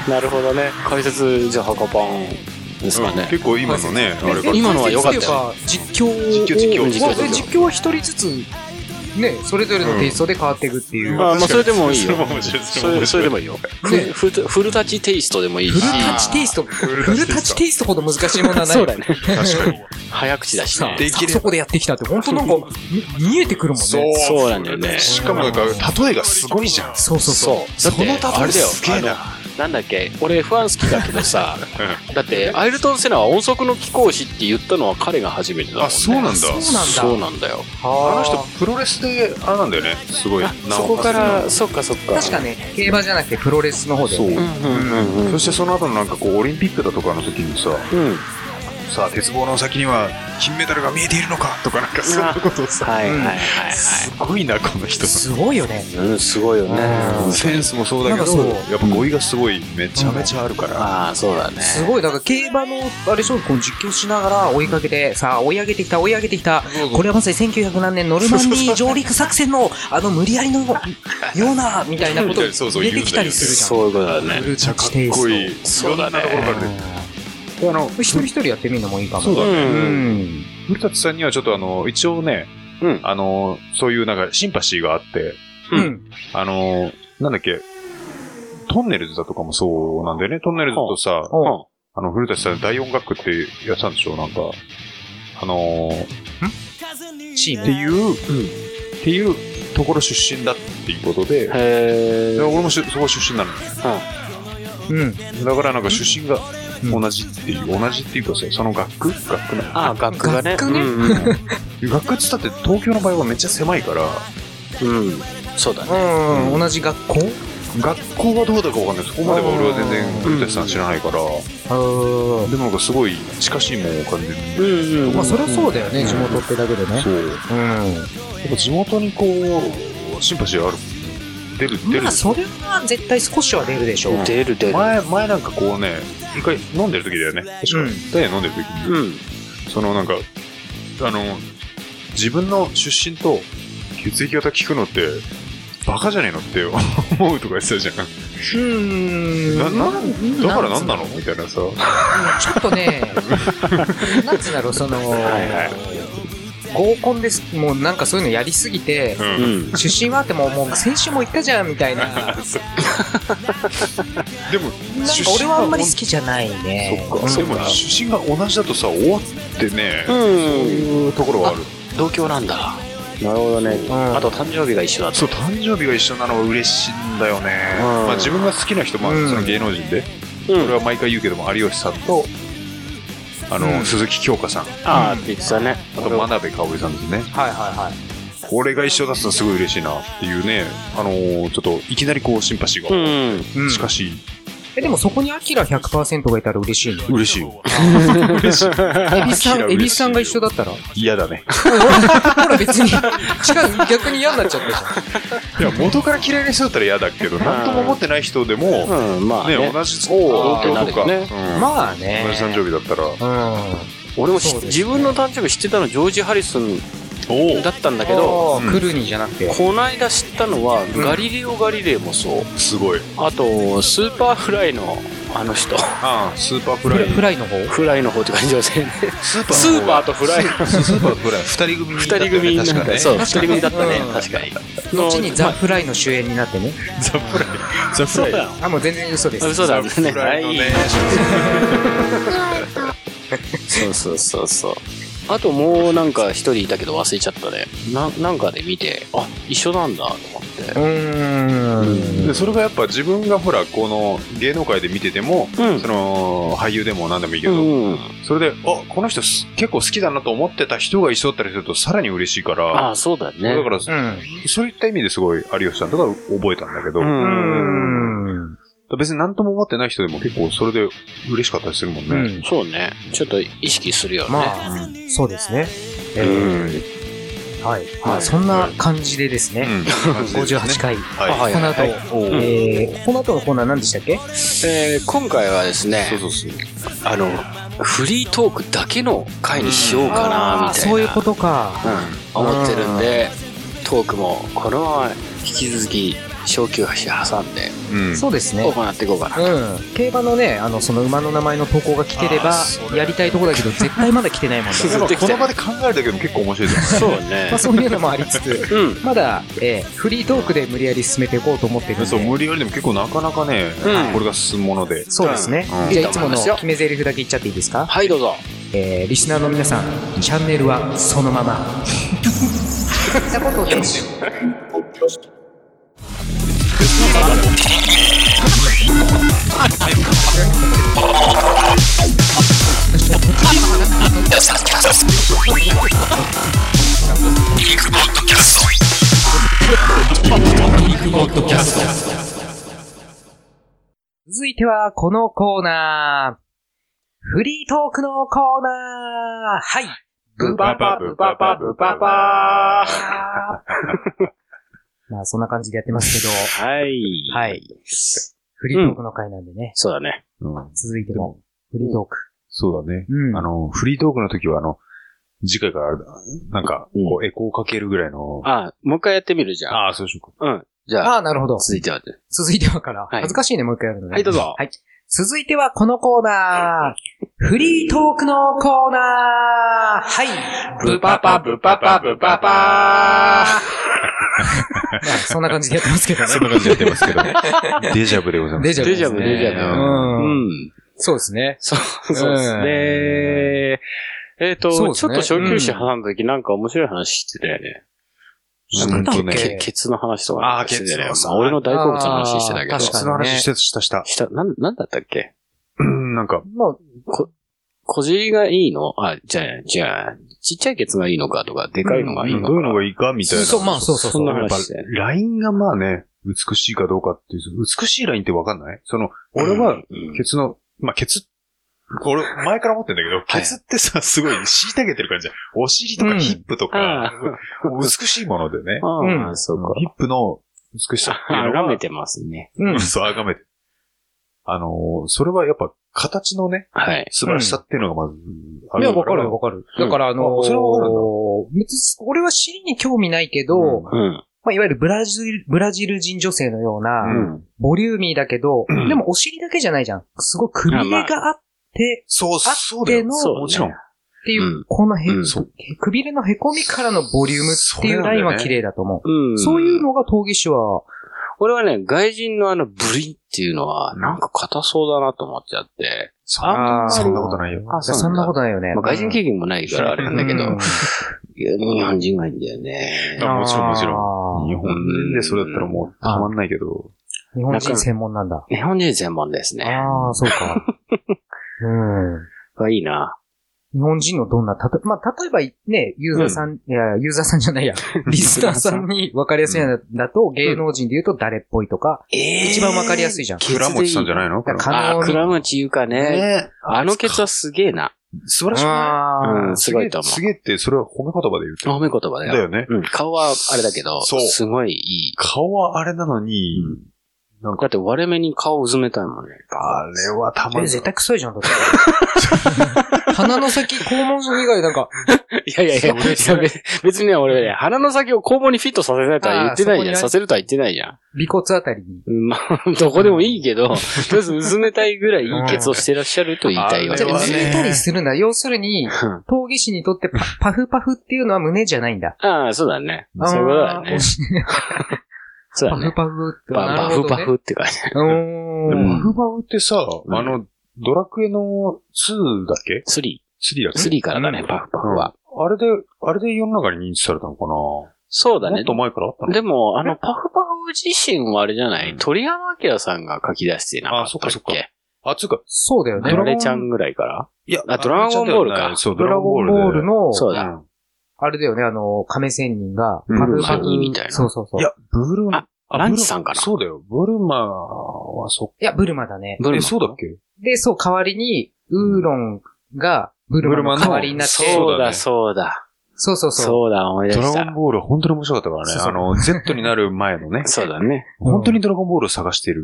[SPEAKER 5] なるほどね。解説、じゃあ、ハカパンですか
[SPEAKER 4] うん
[SPEAKER 5] ね。
[SPEAKER 4] 結構今の ねあれが
[SPEAKER 5] 今のは良かったよ
[SPEAKER 3] 実況を
[SPEAKER 4] 実況実況
[SPEAKER 5] 実況
[SPEAKER 3] で実況は一人ずつねそれぞれのテイストで変わっていくっていう、
[SPEAKER 5] あまあ、それでもいい
[SPEAKER 4] それ
[SPEAKER 5] よ
[SPEAKER 4] も。面白い
[SPEAKER 5] それそれでもいいよ。ふ
[SPEAKER 3] ね
[SPEAKER 5] ふフルタッチテイストでもいい
[SPEAKER 3] フル
[SPEAKER 5] し
[SPEAKER 3] タ、ッチテイストフル
[SPEAKER 4] ルタ
[SPEAKER 3] タ
[SPEAKER 4] ッチテイスト
[SPEAKER 3] ッチテイストほど難しいものはない
[SPEAKER 5] そうだね。
[SPEAKER 4] 確 かに
[SPEAKER 5] 早口だし
[SPEAKER 3] さ
[SPEAKER 5] ね。
[SPEAKER 4] でき
[SPEAKER 3] あ
[SPEAKER 4] れば
[SPEAKER 3] そこでやってきたって本当なんかみ見えてくるもんね
[SPEAKER 4] そう
[SPEAKER 5] そうなんだよね
[SPEAKER 4] しかもなんか例えがすごいじゃん
[SPEAKER 3] そうそうそう
[SPEAKER 5] だって
[SPEAKER 4] その
[SPEAKER 5] あれだよ
[SPEAKER 4] すげえな
[SPEAKER 5] あのなんだっけ俺 F1 好きだけど さだってアイルトン・セナは音速の貴公子って言ったのは彼が初めてだもん、ね、
[SPEAKER 4] あそうなんだ
[SPEAKER 3] そうなんだ
[SPEAKER 5] そうなんだよ
[SPEAKER 4] あの
[SPEAKER 3] あ
[SPEAKER 4] 人プロレスであれなんだよねすごい
[SPEAKER 5] あ
[SPEAKER 4] 名
[SPEAKER 5] そ
[SPEAKER 4] を
[SPEAKER 5] こか
[SPEAKER 4] 馳せ
[SPEAKER 5] ら
[SPEAKER 4] る
[SPEAKER 5] そっかそっか
[SPEAKER 3] 確かね競馬じゃなくてプロレスの方で
[SPEAKER 4] そう、
[SPEAKER 5] うんうん
[SPEAKER 4] そしてその後のなんかこうオリンピックだとかの時にさ
[SPEAKER 5] うん
[SPEAKER 4] さあ鉄棒の先には金メダルが見えているのかとかなんかそんなことをさ
[SPEAKER 5] はいはいはいはい、
[SPEAKER 4] すごいなこの人
[SPEAKER 3] すごいよね
[SPEAKER 5] うん、すごいよね
[SPEAKER 3] うん
[SPEAKER 4] センスもそうだけ
[SPEAKER 3] なんかそ
[SPEAKER 4] ど
[SPEAKER 3] う
[SPEAKER 4] やっぱ語彙がすごいめちゃめちゃあるから、
[SPEAKER 5] ああそうだね
[SPEAKER 3] すごい、だから競馬の、あれでしょ、こう実況しながら追いかけて、さあ追い上げてきた、追い上げてきた、これはまさに1900何年ノルマンディー上陸作戦の、あの無理やりのような、みたいなことを
[SPEAKER 4] そうそう
[SPEAKER 3] 入れてきたりするじゃん。
[SPEAKER 5] そういうことだね
[SPEAKER 3] めっちゃ
[SPEAKER 4] かっこいい
[SPEAKER 5] そうだね
[SPEAKER 4] いろんなところから出てであの
[SPEAKER 3] 一人一人やってみるのもいいかも。
[SPEAKER 4] そうだね、
[SPEAKER 3] うんん。
[SPEAKER 4] 古舘さんにはちょっとあの一応ね
[SPEAKER 5] うん
[SPEAKER 4] あのそういうなんかシンパシーがあって
[SPEAKER 3] うん。
[SPEAKER 4] あのなんだっけトンネルズだとかもそうなんだよねトンネルズとさ
[SPEAKER 3] おう
[SPEAKER 4] あの古舘さん第4学区ってやってたんでしょなんかあのー
[SPEAKER 3] チーム
[SPEAKER 4] っていう、っていうところ出身だっていうことで、
[SPEAKER 5] へえ
[SPEAKER 4] で俺もしそこ出身なのよ
[SPEAKER 3] うん。
[SPEAKER 4] だからなんか出身が
[SPEAKER 3] うん
[SPEAKER 4] 同じっていう、同じっていうかさその学区学区なの
[SPEAKER 5] ああ学区がね
[SPEAKER 3] 学区ね
[SPEAKER 5] うんうん
[SPEAKER 4] 学区っつったって東京の場合はめっちゃ狭いから
[SPEAKER 5] うんそうだね
[SPEAKER 3] うん。同じ学校
[SPEAKER 4] 学校がどうだかわかんないそこまでは俺は全然古舘さん知らないから、
[SPEAKER 3] う
[SPEAKER 4] でもなんかすごい近しいもんを感じる、
[SPEAKER 5] うん
[SPEAKER 3] ん。まあ、それはそうだよね、
[SPEAKER 4] うん
[SPEAKER 3] 地元ってだけでね
[SPEAKER 4] そ。う
[SPEAKER 3] うん。
[SPEAKER 4] やっぱ地元にこうシンパシーある出る出る、
[SPEAKER 3] まあ、それは絶対少しは出るでしょう。
[SPEAKER 5] 出る出る
[SPEAKER 4] 前前なんかこうね一回飲んでる時だよね確か
[SPEAKER 3] う
[SPEAKER 4] に、ダイヤ飲んでる時に、
[SPEAKER 5] うん
[SPEAKER 4] そのなんか、あの、自分の出身と血液型聞くのって、バカじゃねえのって思うとか言ってたじゃん。
[SPEAKER 3] うん
[SPEAKER 4] ななだからなんな
[SPEAKER 3] の
[SPEAKER 4] のみたいなさ。
[SPEAKER 3] ちょっとね、なんつうんだろう、その、合コンです、もうなんかそういうのやりすぎて、
[SPEAKER 4] う。
[SPEAKER 5] うんん
[SPEAKER 3] 出身はあっても、もう先週も言ったじゃんみたいな、なんか
[SPEAKER 4] でも、
[SPEAKER 3] 俺はあんまり好
[SPEAKER 4] 出
[SPEAKER 3] きじゃない
[SPEAKER 4] 身
[SPEAKER 3] ね。
[SPEAKER 4] が同じ。そっか。でも出身が同じだとさ、終わってね、そう
[SPEAKER 5] うん
[SPEAKER 4] いうところはある。
[SPEAKER 5] 同居なんだなるほどね
[SPEAKER 3] ん
[SPEAKER 5] あと誕生日が一緒だ
[SPEAKER 4] そう、誕生日が一緒なのは嬉しいんだよね。
[SPEAKER 5] うん
[SPEAKER 4] まあ自分が好きな人も、
[SPEAKER 3] うん
[SPEAKER 4] その芸能人で、
[SPEAKER 5] う
[SPEAKER 4] 俺は毎回言うけども、有吉さんと、あの、
[SPEAKER 3] うん
[SPEAKER 4] 鈴木京香さん、あ
[SPEAKER 5] ああって言ってたね
[SPEAKER 4] と真鍋かおりさんですね。
[SPEAKER 3] はいはいはい。
[SPEAKER 4] これが一緒だったらすごい嬉しいなっていうね、あのーちょっといきなりこうシンパシー
[SPEAKER 5] う
[SPEAKER 4] が、
[SPEAKER 5] ん
[SPEAKER 3] うん
[SPEAKER 4] しかし、
[SPEAKER 3] え、でもそこにアキラ100%がいたら嬉しいの
[SPEAKER 4] 嬉しいよ。
[SPEAKER 3] エビさん、エビさんが一緒だったら。
[SPEAKER 4] 嫌だね。
[SPEAKER 3] ほら別に、違う、逆に嫌になっちゃったじ
[SPEAKER 4] いや、元から嫌いな人だったら嫌だけど、なんとも思ってない人でも、
[SPEAKER 5] うん、まあね。
[SPEAKER 4] ね、同じ同
[SPEAKER 5] おー
[SPEAKER 4] 郷とか、
[SPEAKER 5] ってなるよ
[SPEAKER 3] ゃん。
[SPEAKER 4] ま
[SPEAKER 3] まあね。
[SPEAKER 4] 同じ誕生日だったら、
[SPEAKER 3] う
[SPEAKER 5] 俺も知っ
[SPEAKER 3] そうですね
[SPEAKER 5] 自分の誕生日知ってたのジョージ・ハリスン
[SPEAKER 4] お
[SPEAKER 5] だったんだ
[SPEAKER 3] ん。
[SPEAKER 5] けど、
[SPEAKER 3] あークルーニーじゃなくて。
[SPEAKER 5] こないだ知ったのは、
[SPEAKER 3] ん
[SPEAKER 5] ガリレオ・ガリレイもそう。
[SPEAKER 4] お、すごい。
[SPEAKER 5] あと、スーパーフライの、あの人。
[SPEAKER 4] あ あ、スーパー
[SPEAKER 3] フ
[SPEAKER 4] フラ
[SPEAKER 3] ラ
[SPEAKER 4] イ。
[SPEAKER 3] フライの方
[SPEAKER 5] フライの方って感じはせんね。
[SPEAKER 4] スー
[SPEAKER 5] スーパーとフライ。
[SPEAKER 4] そうスーパーとフライ。二人組に。
[SPEAKER 5] 二人組なん
[SPEAKER 4] 確か
[SPEAKER 5] か、
[SPEAKER 4] ね。
[SPEAKER 5] そう、二
[SPEAKER 3] 確
[SPEAKER 5] 人
[SPEAKER 3] かに
[SPEAKER 5] 組だったね
[SPEAKER 3] う。ん
[SPEAKER 5] 確かに。
[SPEAKER 3] 後にザ・フライの主演になってね。
[SPEAKER 4] ザ・フライ。ザ・フ
[SPEAKER 5] そ
[SPEAKER 4] ラ
[SPEAKER 5] う
[SPEAKER 4] イ。
[SPEAKER 5] だよ。
[SPEAKER 3] あ、もう全然嘘です。
[SPEAKER 5] 嘘だね。は
[SPEAKER 4] ライの
[SPEAKER 5] い
[SPEAKER 4] ね。
[SPEAKER 5] そうそうそうそう。あともうなんか一人いたけど忘れちゃったね。な、なんかで見て、あ、一緒なんだと思って
[SPEAKER 3] う。ーん。
[SPEAKER 4] でそれがやっぱ自分がほらこの芸能界で見てても、
[SPEAKER 5] うん
[SPEAKER 4] その俳優でも何でもいいけ
[SPEAKER 5] う
[SPEAKER 4] ど、
[SPEAKER 5] ん。
[SPEAKER 4] それであこの人す結構好きだなと思ってた人が一緒だったりするとさらに嬉しいから
[SPEAKER 5] ああ、そうだね
[SPEAKER 4] だ。から、
[SPEAKER 3] うん。
[SPEAKER 4] そういった意味ですごい有吉さんとか覚えたんだけど、
[SPEAKER 5] う。
[SPEAKER 3] うんん。
[SPEAKER 4] 別に何とも思ってない人でも結構それで嬉しかったりするもん
[SPEAKER 3] う
[SPEAKER 4] ね、
[SPEAKER 3] ん。
[SPEAKER 5] そうね。ちょっと意識するよね。
[SPEAKER 3] まあ、そうですね。えーはい。まあ、そんな感じでですね。
[SPEAKER 4] う ん
[SPEAKER 3] 58回。
[SPEAKER 4] はい、
[SPEAKER 5] はい
[SPEAKER 3] この後、
[SPEAKER 5] はい
[SPEAKER 3] えーこの後のコーナー何でしたっけ
[SPEAKER 5] えー今回はですね
[SPEAKER 4] そう、そうそう
[SPEAKER 5] あの、フリートークだけの回にしようかな、みたいな。
[SPEAKER 3] そういうことか。
[SPEAKER 5] うん、思ってるんで、トークもこのまま引き続き小休止挟んで
[SPEAKER 4] うん
[SPEAKER 3] そうですね。
[SPEAKER 5] 行っていこうかな、
[SPEAKER 3] うん、競馬のねあのその馬の名前の投稿が来てれば
[SPEAKER 4] あーそれ
[SPEAKER 3] やりたいとこだけど絶対まだ来てないもんだ
[SPEAKER 5] うん
[SPEAKER 4] やっぱこの場で考えるだけでも結構面白いです
[SPEAKER 5] そう
[SPEAKER 4] よね
[SPEAKER 5] ね
[SPEAKER 3] まあ、そういうのもありつつ
[SPEAKER 5] うん
[SPEAKER 3] まだ、えーフリートークで無理やり進めていこうと思ってるんで
[SPEAKER 4] そう無理やりでも結構なかなかね、
[SPEAKER 5] うん
[SPEAKER 4] これが進むもので
[SPEAKER 3] そうですね、
[SPEAKER 4] うん
[SPEAKER 3] じゃあいつもの
[SPEAKER 5] いいと思いますよ
[SPEAKER 3] 決め台詞だけ言っちゃっていいですか、
[SPEAKER 5] はいどうぞ
[SPEAKER 3] えーリスナーの皆さんチャンネルはそのまま言ったことを決めて続いてはこのコーナーフリートークのコーナーはいブババブババブババーまあそんな感じでやってますけど
[SPEAKER 5] はい
[SPEAKER 3] はい。フリートークの回なんでね、
[SPEAKER 5] そうだね
[SPEAKER 4] うん
[SPEAKER 3] 続いてもフリートーク。
[SPEAKER 4] そうだね
[SPEAKER 3] うん。
[SPEAKER 4] あの、フリートークの時は、あの、次回からあれだ、なんか、こう、エコーかけるぐらいの、
[SPEAKER 5] あもう一回やってみるじゃん
[SPEAKER 4] ああ、そうしようか。
[SPEAKER 5] うんじゃあ
[SPEAKER 3] ああ、なるほど。
[SPEAKER 5] 続いてはね
[SPEAKER 3] 続いてはから。
[SPEAKER 5] はい
[SPEAKER 3] 恥ずかしいね、もう一回やるのね。
[SPEAKER 5] はいどうぞ
[SPEAKER 3] はい。続いてはこのコーナー。フリートークのコーナーはいブパパブパパブパパーまあ そんな感じでやってますけどね。
[SPEAKER 4] そんな感じでやってま すけど、デジャブでございます。
[SPEAKER 3] デジャブですね。
[SPEAKER 5] デジャブデジ
[SPEAKER 4] ャブ
[SPEAKER 5] う
[SPEAKER 3] うん。
[SPEAKER 5] ん
[SPEAKER 3] そうですね。
[SPEAKER 5] そうそうですねえっ、と、
[SPEAKER 3] そうで
[SPEAKER 5] ち
[SPEAKER 3] す
[SPEAKER 5] ょっ
[SPEAKER 3] ね
[SPEAKER 5] と小休止挟んだ時なんか面白い話してたよね。
[SPEAKER 4] うんと
[SPEAKER 3] え
[SPEAKER 4] ね
[SPEAKER 3] え、
[SPEAKER 5] けケツの話とか
[SPEAKER 4] あー
[SPEAKER 5] してたよね。
[SPEAKER 4] ケツ
[SPEAKER 5] まあ、俺の大好物の話してたけど。
[SPEAKER 3] あー確か
[SPEAKER 4] その話してた、した、した。
[SPEAKER 5] した、なん、なんだったっけ
[SPEAKER 4] うん、なんか、
[SPEAKER 3] もう、
[SPEAKER 5] 小尻がいいのあ、じゃあ、じゃあ、ちっちゃいケツがいいのかとか、でかいのがいいのか
[SPEAKER 4] どういうのが
[SPEAKER 5] いい
[SPEAKER 4] いいかみたいな。
[SPEAKER 3] そう、まあそうそう
[SPEAKER 5] そ
[SPEAKER 3] そ
[SPEAKER 5] んな
[SPEAKER 3] う。
[SPEAKER 4] やっぱ
[SPEAKER 5] 話だよ、
[SPEAKER 4] ラインがまあね、美しいかどうかっていう、美しいラインってわかんないその、俺は、、ケツの、まあ、ケツ、俺、前から思ってんだけど、
[SPEAKER 5] はい
[SPEAKER 4] ケツってさ、すごい、虐げてる感じじゃん。お尻と
[SPEAKER 3] う
[SPEAKER 4] か
[SPEAKER 3] ん
[SPEAKER 4] ヒップとか、美しいものでね。
[SPEAKER 5] ああ、
[SPEAKER 3] うん
[SPEAKER 5] そうか。
[SPEAKER 4] ヒップの美しさっていうの
[SPEAKER 5] あ
[SPEAKER 4] は
[SPEAKER 5] がめてますね。
[SPEAKER 3] うん。
[SPEAKER 4] そう、あがめて。あのーそれはやっぱ、形のね、
[SPEAKER 5] はい。
[SPEAKER 4] 素晴らしさっていうのがまず、あ
[SPEAKER 3] い
[SPEAKER 4] る
[SPEAKER 3] や、わかるわかる。だから、あの
[SPEAKER 4] あそれはわかるんだ
[SPEAKER 3] 別に、俺は尻に興味ないけど、
[SPEAKER 4] うん
[SPEAKER 5] うん。
[SPEAKER 3] まあ、いわゆるブラジル、ブラジル人女性のよう
[SPEAKER 4] う
[SPEAKER 3] な、
[SPEAKER 4] ん。
[SPEAKER 3] ボリューミーだけど、
[SPEAKER 4] うん
[SPEAKER 3] でもお尻だけじゃないじゃん。すごいくびれがあって、
[SPEAKER 4] そう、
[SPEAKER 3] あ
[SPEAKER 4] そう
[SPEAKER 3] っ
[SPEAKER 4] だ
[SPEAKER 3] て
[SPEAKER 4] よ。
[SPEAKER 3] の、
[SPEAKER 5] そう
[SPEAKER 4] もちろん。
[SPEAKER 3] っていう、
[SPEAKER 5] うん
[SPEAKER 3] このへ、
[SPEAKER 5] うん
[SPEAKER 4] そう
[SPEAKER 3] くびれのへこみからのボリュームっていうラインは綺麗だと思う。
[SPEAKER 5] うん。
[SPEAKER 3] そういう。のが闘技師は、
[SPEAKER 5] 俺はね、外人のあの、ブリンっていうのは、なんか硬そうだなと思っちゃって。
[SPEAKER 4] そ
[SPEAKER 5] あんまり
[SPEAKER 4] そんなことないよ。
[SPEAKER 5] あ
[SPEAKER 3] そんなことないよね。
[SPEAKER 5] まあ、外人経験もないからあれなんだけど、
[SPEAKER 3] う
[SPEAKER 5] い
[SPEAKER 3] ん
[SPEAKER 5] や日本人がいいんだよね。
[SPEAKER 4] あもちろんもちろん
[SPEAKER 3] あ
[SPEAKER 4] 日
[SPEAKER 3] ー
[SPEAKER 4] 本でそれだったらもう、たまんないけど。
[SPEAKER 3] 日本人専門なんだ。
[SPEAKER 5] 日本人専門ですね。
[SPEAKER 3] ああ、そうか。うん。
[SPEAKER 5] がいいな。
[SPEAKER 3] 日本人のどんな、たと、まあ、例えばね、ユーザーさん、いや、ユーザーさんじゃないや、リスナーさんに分かりやすいのだと、芸能人で言うと誰っぽいとか、
[SPEAKER 5] え
[SPEAKER 3] 一番分かりやすいじゃん。
[SPEAKER 4] 倉持さんじゃないの
[SPEAKER 3] だから
[SPEAKER 5] あ
[SPEAKER 3] 可能
[SPEAKER 5] ー、
[SPEAKER 3] に。
[SPEAKER 5] 倉持優香ね。
[SPEAKER 4] ね
[SPEAKER 5] あのケツはすげえな。
[SPEAKER 4] 素晴らしくな
[SPEAKER 3] あ
[SPEAKER 5] う
[SPEAKER 4] い
[SPEAKER 5] ん、すごいと思
[SPEAKER 4] すげえすげえって、それは褒め言葉で言う
[SPEAKER 5] う。
[SPEAKER 4] と。
[SPEAKER 5] 褒め言葉だよ。
[SPEAKER 4] だよね。
[SPEAKER 5] うん、顔はあれだけど、
[SPEAKER 4] そう
[SPEAKER 5] すごいいい。
[SPEAKER 4] 顔はあれなのに、なんか、
[SPEAKER 5] だって割れ目に顔をうずめたいもんね。
[SPEAKER 4] あれはた
[SPEAKER 3] ー
[SPEAKER 4] ま
[SPEAKER 3] え、
[SPEAKER 4] ん
[SPEAKER 3] 絶対臭いじゃん、だって。鼻の先、肛門以外なんか、
[SPEAKER 5] いやいやいや、いや別にね、俺ね、鼻の先を肛門にフィットさせないとは言って
[SPEAKER 3] あー
[SPEAKER 5] ないじゃ
[SPEAKER 3] そこに
[SPEAKER 5] ん。
[SPEAKER 3] ね
[SPEAKER 5] させるとは言ってないじゃん。
[SPEAKER 3] 尾骨あたりに。
[SPEAKER 5] うんまあ、 どこでもいいけど、とりあえずうずめたいぐらいいいケツをしてらっしゃると言いたいわ
[SPEAKER 3] じ
[SPEAKER 5] け
[SPEAKER 3] ゃ
[SPEAKER 5] で
[SPEAKER 3] あ、
[SPEAKER 4] れ
[SPEAKER 3] う
[SPEAKER 4] は
[SPEAKER 3] ず
[SPEAKER 4] ね
[SPEAKER 3] れたりするな。要するに、
[SPEAKER 5] うん
[SPEAKER 3] 闘技師にとってパパフパフっていうのは胸じゃないんだ。
[SPEAKER 5] ああ、そうだね。そういうことだ
[SPEAKER 3] あ
[SPEAKER 5] ね
[SPEAKER 3] ー。
[SPEAKER 5] そうだ
[SPEAKER 3] パフパ
[SPEAKER 5] ね。
[SPEAKER 3] フって。
[SPEAKER 5] バ
[SPEAKER 3] な
[SPEAKER 5] バ
[SPEAKER 3] るほど
[SPEAKER 5] フバ
[SPEAKER 3] ね
[SPEAKER 5] フって感じ。
[SPEAKER 3] うー
[SPEAKER 5] うん
[SPEAKER 3] ん。
[SPEAKER 4] マフバウってさ、
[SPEAKER 5] うん
[SPEAKER 4] あの、ドラクエの2だっけ
[SPEAKER 5] スリ
[SPEAKER 4] ?3 だっ
[SPEAKER 5] ー。
[SPEAKER 4] け
[SPEAKER 5] スリーからだ
[SPEAKER 4] う
[SPEAKER 5] ね、
[SPEAKER 4] ん
[SPEAKER 5] バフバフは。
[SPEAKER 4] あれで、あれで世の中に認知されたのかな
[SPEAKER 5] そうだ
[SPEAKER 4] も
[SPEAKER 5] ね
[SPEAKER 4] っ。と前からあったの
[SPEAKER 5] でも、あの、パフパフ自身はあれじゃな
[SPEAKER 4] う
[SPEAKER 5] い
[SPEAKER 4] ん
[SPEAKER 5] 鳥山明さんが書き出してなか
[SPEAKER 4] あ
[SPEAKER 5] った
[SPEAKER 4] そ
[SPEAKER 5] っ
[SPEAKER 4] っかそっか
[SPEAKER 5] け
[SPEAKER 4] あ、つうか、
[SPEAKER 3] そうだよね
[SPEAKER 5] ド。ラレちゃんぐらいから
[SPEAKER 4] いや
[SPEAKER 5] あドラゴンボールか
[SPEAKER 4] そう、ド
[SPEAKER 3] ド
[SPEAKER 4] ラ
[SPEAKER 3] ラ
[SPEAKER 4] ゴ
[SPEAKER 3] ゴ
[SPEAKER 4] ン
[SPEAKER 3] ン
[SPEAKER 4] ボ
[SPEAKER 3] ボ
[SPEAKER 4] ー
[SPEAKER 3] ー
[SPEAKER 4] ル
[SPEAKER 3] ル
[SPEAKER 4] で。
[SPEAKER 3] の、
[SPEAKER 5] そうだ。
[SPEAKER 4] ん
[SPEAKER 3] あれだよね、あの、亀仙人が、
[SPEAKER 4] うん
[SPEAKER 3] パフパ
[SPEAKER 5] マニー
[SPEAKER 3] フ
[SPEAKER 5] みたいな
[SPEAKER 3] そうそうそう。い
[SPEAKER 4] いや
[SPEAKER 3] や、、
[SPEAKER 4] ブル
[SPEAKER 5] あランチさんかな
[SPEAKER 4] ブルそうだよ。ブルマはそ
[SPEAKER 3] ブルマだね。
[SPEAKER 5] ブ
[SPEAKER 4] っ
[SPEAKER 5] ル
[SPEAKER 4] え、
[SPEAKER 5] マ。
[SPEAKER 4] そうだっけ
[SPEAKER 3] で、そう、代わりに、ウーロンがブルマの代わりになって、
[SPEAKER 4] ブルマの
[SPEAKER 5] そうだ、そうだ。
[SPEAKER 3] そうそうそう。
[SPEAKER 5] そうだ、思い出
[SPEAKER 4] ドラ
[SPEAKER 5] し
[SPEAKER 4] ゴン
[SPEAKER 5] た。、
[SPEAKER 4] ボールは本当に面白かったからね。
[SPEAKER 3] そうそう
[SPEAKER 4] あの、Z になる前のね
[SPEAKER 5] そうだね。
[SPEAKER 3] うん
[SPEAKER 4] 本当にドラゴンボールを探してる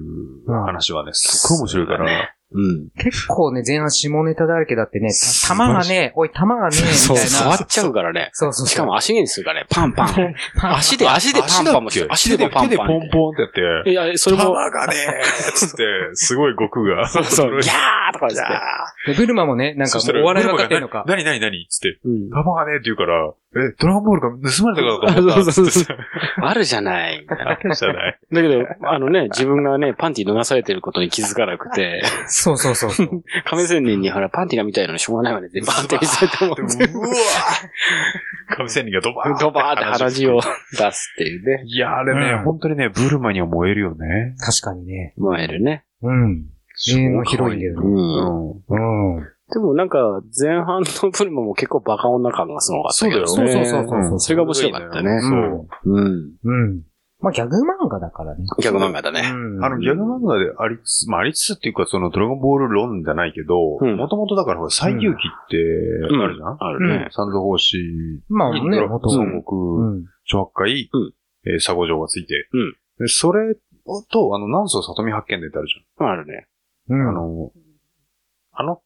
[SPEAKER 4] 話はね、すっごい面白いか
[SPEAKER 5] そうだ
[SPEAKER 4] ら。
[SPEAKER 5] うん。
[SPEAKER 3] 結構ね、前半下ネタだらけだってね、た弾がね、おい、弾がね、みた
[SPEAKER 5] そ、
[SPEAKER 3] いうな。
[SPEAKER 5] 触っちゃうからね。
[SPEAKER 3] そうそう。
[SPEAKER 5] しか、も足毛にするからね、パンパン。
[SPEAKER 3] パン
[SPEAKER 5] 足で、足でパンパンもしてる。足でもパ
[SPEAKER 4] 手
[SPEAKER 5] ン
[SPEAKER 4] で
[SPEAKER 5] パン
[SPEAKER 4] ポン。ポンってやって。
[SPEAKER 5] いや、それも、
[SPEAKER 4] 玉がねーっつって、すごい悟空が。そう
[SPEAKER 5] そう、ギャーとかじ
[SPEAKER 4] じ
[SPEAKER 5] ゃ
[SPEAKER 4] ゃ
[SPEAKER 5] ー
[SPEAKER 3] でブルマもね、なんかもうお笑い分かってんのか。
[SPEAKER 4] なになになにつって、
[SPEAKER 5] うん
[SPEAKER 4] 玉がねーって言うから、え、ドラゴンボールが盗まれたからと思った。
[SPEAKER 5] そうそうそ
[SPEAKER 4] つ
[SPEAKER 5] う
[SPEAKER 4] って
[SPEAKER 5] あるじゃない。みたいな
[SPEAKER 4] あれじゃない。
[SPEAKER 5] だけど、あのね、自分がね、パンティ脱がされてることに気づかなくて、
[SPEAKER 3] そうそうそうそう。
[SPEAKER 5] 亀仙人にほら、パンティが見たいのにしょうがないわねって、パンティ見せても
[SPEAKER 4] で
[SPEAKER 5] ら
[SPEAKER 4] も
[SPEAKER 5] って、
[SPEAKER 4] うわー神仙人がドバーン
[SPEAKER 5] ドバーって鼻血を出すっていうね。
[SPEAKER 4] いや、あれね、
[SPEAKER 3] うん
[SPEAKER 4] 本当にね、ブルマには燃えるよね。
[SPEAKER 3] 確かにね。
[SPEAKER 5] 燃えるね。
[SPEAKER 3] うん。永遠のヒロインだよ
[SPEAKER 5] う
[SPEAKER 3] ね。
[SPEAKER 5] ん。
[SPEAKER 4] うん。
[SPEAKER 3] うん。
[SPEAKER 5] でもなんか、前半のブルマも結構バカ女感がすごかったけどね。
[SPEAKER 4] そうだよ
[SPEAKER 3] そうそうそうそう
[SPEAKER 5] それが面白かったね。
[SPEAKER 4] そう。
[SPEAKER 5] うん。
[SPEAKER 3] うん。まあ、ギャグ漫画だからね。
[SPEAKER 5] ギャグ漫画だね。
[SPEAKER 3] うん
[SPEAKER 4] あの、ギャグ漫画でありつつ、まあ、ありつつっていうか、その、ドラゴンボール論じゃないけど、
[SPEAKER 5] うん
[SPEAKER 4] もともとだから、ほら、最遊記って、
[SPEAKER 5] ん
[SPEAKER 4] あるじゃん、
[SPEAKER 5] あるね。
[SPEAKER 4] 三蔵法師、
[SPEAKER 3] まあね、
[SPEAKER 4] ドラ
[SPEAKER 3] 元
[SPEAKER 4] 孫
[SPEAKER 3] 々
[SPEAKER 4] 悟
[SPEAKER 3] う
[SPEAKER 4] 空、
[SPEAKER 3] ん。
[SPEAKER 4] 諸八海、
[SPEAKER 5] うん
[SPEAKER 4] えー、佐護城がついて、
[SPEAKER 5] うん
[SPEAKER 4] でそれと、あの、南宋里見発見伝ってあるじ
[SPEAKER 5] あるね。
[SPEAKER 4] ゃん。
[SPEAKER 3] うん。
[SPEAKER 4] あの、あの、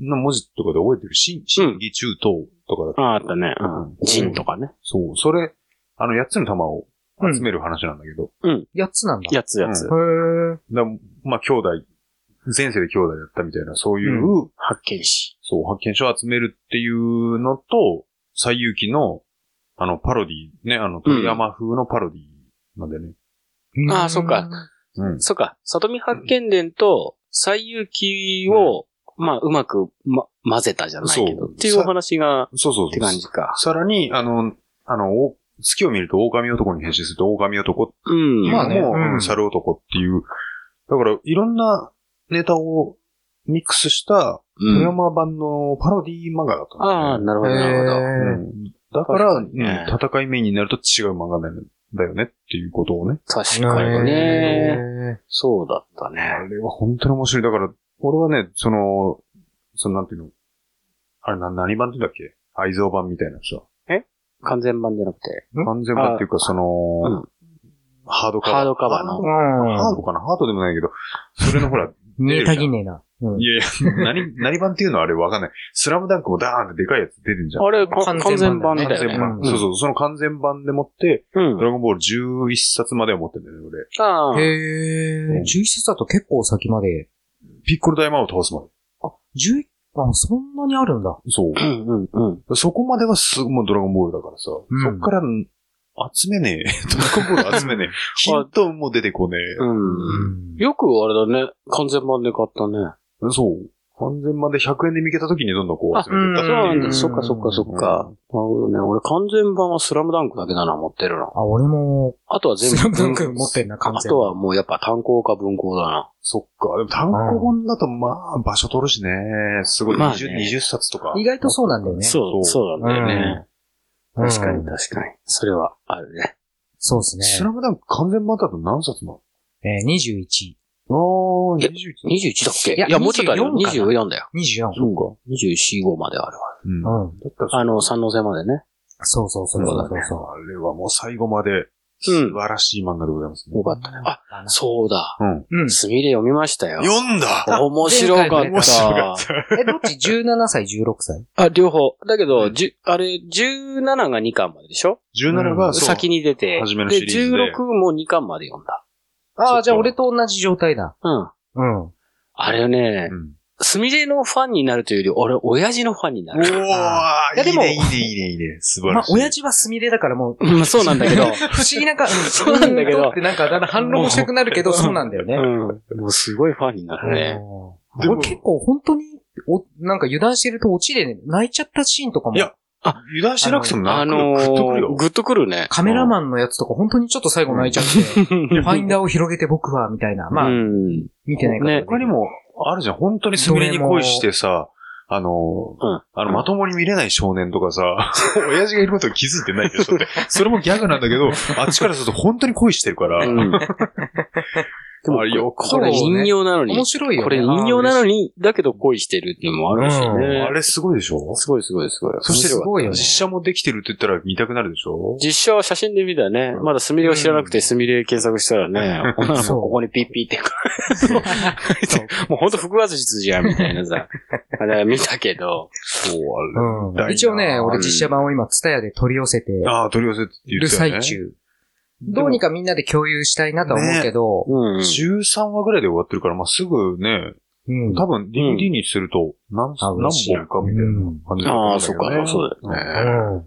[SPEAKER 4] の文字とかで覚えてる、新、新義中等とかだっけ
[SPEAKER 5] ああったね。
[SPEAKER 4] うん
[SPEAKER 5] ジンとかね。
[SPEAKER 4] そう、それ、あの、八つの玉を集める話なんだけど、
[SPEAKER 3] やつなんだ。
[SPEAKER 5] やつやつ。
[SPEAKER 3] へー
[SPEAKER 4] だまあ、兄弟、前世で兄弟だったみたいな、そういう、
[SPEAKER 3] う
[SPEAKER 5] 発見し。
[SPEAKER 4] そう、発見書を集めるっていうのと、最遊記の、あの、パロディ、ね、あの、鳥山風のパロディなんだよね。
[SPEAKER 3] うん
[SPEAKER 5] あーそっか。
[SPEAKER 4] うん。
[SPEAKER 5] そっか、里見発見伝と最遊記を、まあ、うまく、ま、混ぜたじゃないけ
[SPEAKER 4] そ
[SPEAKER 5] ど、
[SPEAKER 4] う
[SPEAKER 5] っていうお話が、
[SPEAKER 4] そうそうそう。
[SPEAKER 5] って感じか。
[SPEAKER 4] さらに、あの、あの、お月を見ると狼男に変身すると狼男って
[SPEAKER 5] うん。
[SPEAKER 4] いう
[SPEAKER 3] まあ
[SPEAKER 4] の
[SPEAKER 3] ね
[SPEAKER 4] も、
[SPEAKER 3] うん
[SPEAKER 4] うん猿男っていう、だから、いろんなネタをミックスした、
[SPEAKER 5] う
[SPEAKER 4] 鳥
[SPEAKER 5] ん
[SPEAKER 4] 山版のパロディ漫画だったんだよね
[SPEAKER 5] ああ、なるほど、なるほど。
[SPEAKER 4] う
[SPEAKER 3] へー
[SPEAKER 4] んだから、う
[SPEAKER 5] 確かにね
[SPEAKER 4] ん戦いメインになると違う漫画なんだよねっていうことをね。
[SPEAKER 5] 確かにね。そうだった
[SPEAKER 4] あ
[SPEAKER 5] ね。
[SPEAKER 4] れは本当に面白い。だから、俺はね、その、そのなんていうの、あれな、何版って言うんだっけ愛蔵版みたいなさ。
[SPEAKER 5] 完全版じゃなくて。
[SPEAKER 3] ん
[SPEAKER 4] 完全版っていうか、その、ハードカバー。
[SPEAKER 5] ハードカバーの
[SPEAKER 4] ハー
[SPEAKER 3] う
[SPEAKER 4] ドかなハードでもないけど、それのほら、
[SPEAKER 3] ん。見えたぎねえな。うん
[SPEAKER 4] い。やいや、何、何版っていうのはあれわかんない。スラムダンクもダーンってでかいやつ出るんじゃん。
[SPEAKER 5] あれ、か完
[SPEAKER 3] 完
[SPEAKER 5] 全
[SPEAKER 3] 全版
[SPEAKER 5] 版だ
[SPEAKER 4] 完
[SPEAKER 5] よ
[SPEAKER 4] 全
[SPEAKER 5] ね。
[SPEAKER 4] 版。
[SPEAKER 3] うん
[SPEAKER 4] そうそう、その完全版でもって、
[SPEAKER 5] うん
[SPEAKER 4] ド。ラゴンボール11冊までは持ってんだよね、俺。
[SPEAKER 5] ああ、
[SPEAKER 3] へえ。11冊だと結構先まで。
[SPEAKER 4] ピッコロ大魔王を倒すまで。
[SPEAKER 3] あ、11、あ、そんなにあるんだ。
[SPEAKER 4] そう
[SPEAKER 5] う。んうんうん。
[SPEAKER 4] そこまではす、もうドラゴンボールだからさ。
[SPEAKER 3] ん
[SPEAKER 4] そっから、集めねえ。 ドラゴンボール集めねえ。ヒントも出てこね
[SPEAKER 5] う
[SPEAKER 3] ん。
[SPEAKER 5] ん。よくあれだね、完全版で買ったね。
[SPEAKER 4] え。そう。完全まで100円で見けた時にどんどんこう集めてっ
[SPEAKER 5] そう
[SPEAKER 4] た
[SPEAKER 5] な
[SPEAKER 4] って
[SPEAKER 5] ん
[SPEAKER 4] い
[SPEAKER 5] だ。
[SPEAKER 4] う。
[SPEAKER 5] そっかそっかそっか。なるほどね。俺完全版はスラムダンクだけだな、持ってるな。
[SPEAKER 3] あ、俺も、
[SPEAKER 5] あとは全部。
[SPEAKER 3] スラムダンク持ってんな完全版
[SPEAKER 5] あとはもうやっぱ単行か文庫だな。
[SPEAKER 4] そっか。でも単行本だとまあ場所取るしね。すごい。
[SPEAKER 5] まあね
[SPEAKER 4] 20, 20冊とか。
[SPEAKER 3] 意外とそうなんだよね。
[SPEAKER 5] そう、
[SPEAKER 4] そ
[SPEAKER 5] そうなんだよね。
[SPEAKER 3] うん
[SPEAKER 5] 確か
[SPEAKER 3] う
[SPEAKER 5] に
[SPEAKER 3] ん
[SPEAKER 5] 確かに。それはあるね。
[SPEAKER 3] そうですね。
[SPEAKER 4] スラムダンク完全版だと何冊な
[SPEAKER 3] えー、21、
[SPEAKER 4] のあ
[SPEAKER 5] いや
[SPEAKER 4] ー、21。
[SPEAKER 5] 21だっけ
[SPEAKER 3] いや
[SPEAKER 5] いや、もうちょっとあるよ。
[SPEAKER 3] 24か
[SPEAKER 5] 24だよ。
[SPEAKER 3] 24。
[SPEAKER 4] そうか。
[SPEAKER 5] 24、5まであるわ。
[SPEAKER 4] うん。だ
[SPEAKER 3] うん。
[SPEAKER 4] ったら
[SPEAKER 5] あの、三能線までね。
[SPEAKER 3] そうそうそうそうそうそう。
[SPEAKER 4] あれはもう最後まで素晴らしい漫画でございますね。
[SPEAKER 5] よかったね。あ、
[SPEAKER 3] あ
[SPEAKER 5] そうだ。
[SPEAKER 4] うん。
[SPEAKER 3] うん。
[SPEAKER 5] すみれ読みましたよ。
[SPEAKER 4] 読んだ
[SPEAKER 5] 面白か
[SPEAKER 3] 前回もね面
[SPEAKER 5] った。
[SPEAKER 3] え、どっち ?17 歳、16歳
[SPEAKER 5] あ、両方。だけど、じゅあれ、17が2巻まででしょ
[SPEAKER 4] 17が、そう
[SPEAKER 5] 先に出て。
[SPEAKER 4] 初めのシリーズで
[SPEAKER 5] 16も2巻まで読んだ。
[SPEAKER 3] あ
[SPEAKER 4] そ
[SPEAKER 3] あ、
[SPEAKER 4] う
[SPEAKER 3] じゃあ俺と同じ状態だ。
[SPEAKER 5] うん。
[SPEAKER 3] うん。
[SPEAKER 5] あれね
[SPEAKER 4] う、ん。
[SPEAKER 5] すみれのファンになるというより、俺、親父のファンにな
[SPEAKER 4] おー
[SPEAKER 5] る。
[SPEAKER 3] あ
[SPEAKER 4] い
[SPEAKER 3] ーいやで
[SPEAKER 4] やで
[SPEAKER 3] も
[SPEAKER 4] も、いいね、いいね、いいね。素晴
[SPEAKER 3] ま
[SPEAKER 4] ら
[SPEAKER 3] あ
[SPEAKER 4] し、い。
[SPEAKER 3] 親父はスミレだから もう、
[SPEAKER 5] うん、そうなんだけど。
[SPEAKER 3] 不思議なか、そう
[SPEAKER 5] なんだけど
[SPEAKER 3] ってなんか、だんだん反論したくなるけど、そうなんだよね。
[SPEAKER 5] うん。もうすごいファンになるね。
[SPEAKER 3] うん俺結構本当に、お、なんか油断してると落ちでね、泣いちゃったシーンとかも
[SPEAKER 4] い、や油断してなくてもな
[SPEAKER 5] あ
[SPEAKER 4] んかグ
[SPEAKER 5] の
[SPEAKER 4] ッとくるよ
[SPEAKER 5] ー、。グッとくるね。
[SPEAKER 3] カメラマンのやつとか本当にちょっと最後泣いちゃって、ファインダーを広げて僕は、みたいな。まあ
[SPEAKER 5] う、ん。
[SPEAKER 3] 見てないから。
[SPEAKER 5] ね
[SPEAKER 4] 他にも、あるじゃん。本当にスミレに恋してさ、あの、
[SPEAKER 5] うん
[SPEAKER 4] あの、まともに見れない少年とかさ、 親父がいることに気づいてないでしょって。それもギャグなんだけど、あっちからすると本当に恋してるから。
[SPEAKER 5] うん
[SPEAKER 4] でも、あれよく
[SPEAKER 5] これ人形なのに
[SPEAKER 3] 面。白いよね。
[SPEAKER 5] これ人形なのに、だけど恋してるっていうのもあるし
[SPEAKER 3] うん
[SPEAKER 5] ね
[SPEAKER 4] あ。れすごいでしょ
[SPEAKER 5] すごいすごいすごい。
[SPEAKER 4] そして
[SPEAKER 5] 面白
[SPEAKER 3] す
[SPEAKER 5] かった
[SPEAKER 3] ごいよ
[SPEAKER 4] 実
[SPEAKER 3] ね。
[SPEAKER 4] 写もできてるって言ったら見たくなるでしょ
[SPEAKER 5] 実写は写真で見たね。まだスミレを知らなくてスミレ検索した らね、女の
[SPEAKER 3] そ
[SPEAKER 5] 子
[SPEAKER 3] う
[SPEAKER 5] ここにピッピーって。もうほんと腹話術じゃん、みたいなさ。だから見たけど。
[SPEAKER 4] そう、あ
[SPEAKER 3] う
[SPEAKER 4] だい
[SPEAKER 3] ん。
[SPEAKER 4] な
[SPEAKER 3] 一応ね、俺実写版を今、ツタヤで取り寄せて
[SPEAKER 4] れ。ああ、取り寄せって言
[SPEAKER 3] る
[SPEAKER 4] ってた
[SPEAKER 3] 最
[SPEAKER 4] よね。
[SPEAKER 3] 中。どうにかみんなで共有したいなとは思うけど、
[SPEAKER 5] うん。
[SPEAKER 4] 13話ぐらいで終わってるから、まあ、すぐね、
[SPEAKER 3] うん。
[SPEAKER 4] 多分 DVD にすると何、
[SPEAKER 3] あ
[SPEAKER 4] 何
[SPEAKER 3] 嬉しい
[SPEAKER 4] 本かみたいな感じだと思ん
[SPEAKER 5] ああ、
[SPEAKER 4] だ
[SPEAKER 5] そ
[SPEAKER 4] け
[SPEAKER 5] っ
[SPEAKER 4] どね
[SPEAKER 5] か、そうだよね。
[SPEAKER 4] ね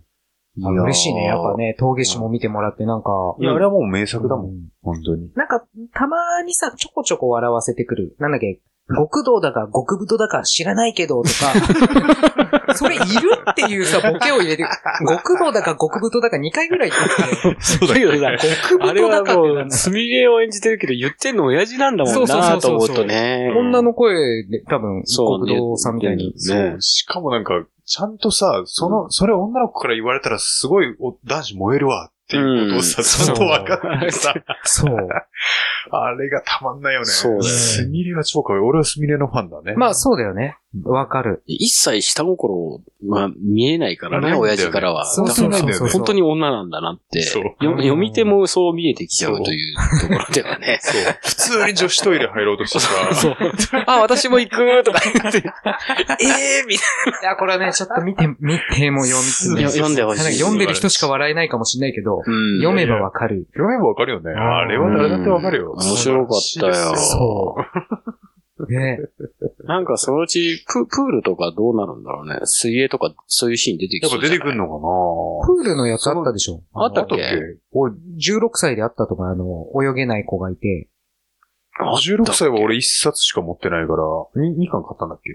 [SPEAKER 3] あ
[SPEAKER 4] いやー
[SPEAKER 3] 嬉しいね。やっぱね、峠師も見てもらって、なんか、
[SPEAKER 4] いや、あれはもう名作だも。
[SPEAKER 3] うんん
[SPEAKER 4] 本当に。
[SPEAKER 3] なんか、たまにさ、ちょこちょこ笑わせてくる。なんだっけ、極道だか極太だか知らないけど、とか、それいるっていうさ、ボケを入れて、極道だか極太だか2回ぐらい言ってて、
[SPEAKER 5] そうだけどさ、
[SPEAKER 3] 極
[SPEAKER 5] あれ
[SPEAKER 3] 太だか
[SPEAKER 5] は
[SPEAKER 3] って
[SPEAKER 5] も
[SPEAKER 3] なん
[SPEAKER 5] う、
[SPEAKER 3] だ
[SPEAKER 5] スミレを演じてるけど、言ってんの親父なんだもんなと思うとね。
[SPEAKER 3] 女の声で多分、
[SPEAKER 5] そう
[SPEAKER 3] 極道さんみたいに。
[SPEAKER 5] ね。
[SPEAKER 4] しかもなんか、ちゃんとさ、その、それ女の子から言われたらすごいお男子燃えるわっていうことをさ、
[SPEAKER 5] うん
[SPEAKER 4] ちゃんと分かってさ、
[SPEAKER 3] そう。
[SPEAKER 4] あれがたまんないよね。
[SPEAKER 5] そうだよね
[SPEAKER 4] スミレが超可愛い。俺はスミレのファンだね。
[SPEAKER 3] まあ、そうだよね。わかる。
[SPEAKER 5] 一切下心は見えないからね、親父からは。
[SPEAKER 3] そうそうそうそう。
[SPEAKER 5] 本当に女なんだなって。
[SPEAKER 4] そう
[SPEAKER 5] よ読み手もそう見えてきちゃうというところではね。
[SPEAKER 4] そう。普通に女子トイレ入ろうとしてさ、
[SPEAKER 5] そう。 あ、私も行くとか言って。ええみた
[SPEAKER 3] いや、これはね、ちょっと見て、見ても読みつ
[SPEAKER 5] いな。読んでほしい。
[SPEAKER 3] 読んでる人しか笑えないかもしれないけど、
[SPEAKER 5] うん。
[SPEAKER 3] 読めばわかる。
[SPEAKER 4] 読めばわかるよね。あれは誰だってわかるよ。
[SPEAKER 5] うん面白かった
[SPEAKER 4] 素晴
[SPEAKER 5] よ
[SPEAKER 4] らしいです
[SPEAKER 3] そう。ね
[SPEAKER 5] なんかそのうちプ、プールとかどうなるんだろうね。水泳とか、そういうシーン出てき
[SPEAKER 4] やっ
[SPEAKER 5] そ
[SPEAKER 4] ぱ
[SPEAKER 5] うじ
[SPEAKER 4] 出
[SPEAKER 5] ゃな
[SPEAKER 4] てく
[SPEAKER 5] い
[SPEAKER 4] るのか
[SPEAKER 3] プールのやつあったでしょ
[SPEAKER 4] な
[SPEAKER 5] あったっけ
[SPEAKER 4] 俺、
[SPEAKER 3] ?16 歳であったとか、あの、泳げない子がいて、
[SPEAKER 5] あ
[SPEAKER 4] 16歳は俺1冊しか持ってないから、2, 巻買ったんだっけ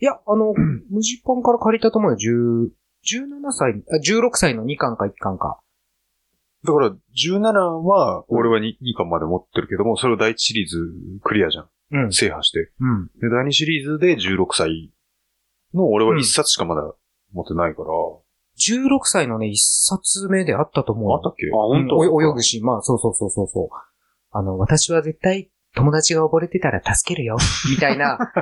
[SPEAKER 3] いや、あの、 無ジパンから借りたと思うよ、10 17歳、あ16歳の2巻か1巻か。
[SPEAKER 4] だから、17は、俺は 2, 2巻まで持ってるけども、それを第1シリーズクリアじゃん。
[SPEAKER 3] うん。
[SPEAKER 4] 制覇して。
[SPEAKER 3] うん。
[SPEAKER 4] で、第2シリーズで16歳の俺は1冊しかまだ持ってないから、
[SPEAKER 3] 16歳のね、1冊目であったと思う
[SPEAKER 4] あ
[SPEAKER 3] よ。
[SPEAKER 4] ったっけ
[SPEAKER 5] あ、本当。
[SPEAKER 3] うんお泳ぐし、まあ、そうそうそうそうそう。あの、私は絶対、友達が溺れてたら助けるよ、みたいな。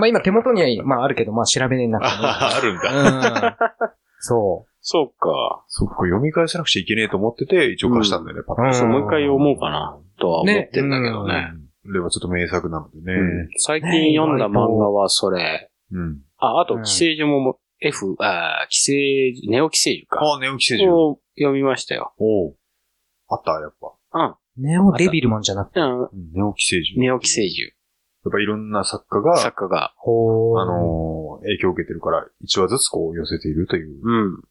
[SPEAKER 3] まあ今手元には、まああるけど、まあ調べねえなくてね。
[SPEAKER 4] ああるんだ。
[SPEAKER 3] うん。そ
[SPEAKER 5] そうか。
[SPEAKER 4] そっか、読み返さなくちゃいけねえと思ってて、一応貸したんだよね、パ
[SPEAKER 3] う
[SPEAKER 4] ッ
[SPEAKER 3] ん
[SPEAKER 5] そう、もう一回読もうかな、とは思ってんだけどね。
[SPEAKER 4] と。ではちょっと名作なのでね。
[SPEAKER 5] 最近読んだ漫画はそれ。
[SPEAKER 4] うん。
[SPEAKER 5] あ、あと
[SPEAKER 3] う、ん
[SPEAKER 5] 寄生獣も、F、あ、寄生獣、ネオ寄生獣か。
[SPEAKER 4] あ、ネオ寄生獣。
[SPEAKER 5] を読みましたよ。
[SPEAKER 4] おうあった、やっぱ。
[SPEAKER 3] う。ネオデビルマンじゃなくて。
[SPEAKER 5] う
[SPEAKER 4] う
[SPEAKER 5] ん
[SPEAKER 4] んネオ寄生獣。
[SPEAKER 5] ネオ寄生獣、
[SPEAKER 4] やっぱいろんな作家が、
[SPEAKER 5] 作家が。
[SPEAKER 3] ほー
[SPEAKER 4] あのー影響を受けてるから、1話ずつこう寄せているという。
[SPEAKER 5] うん。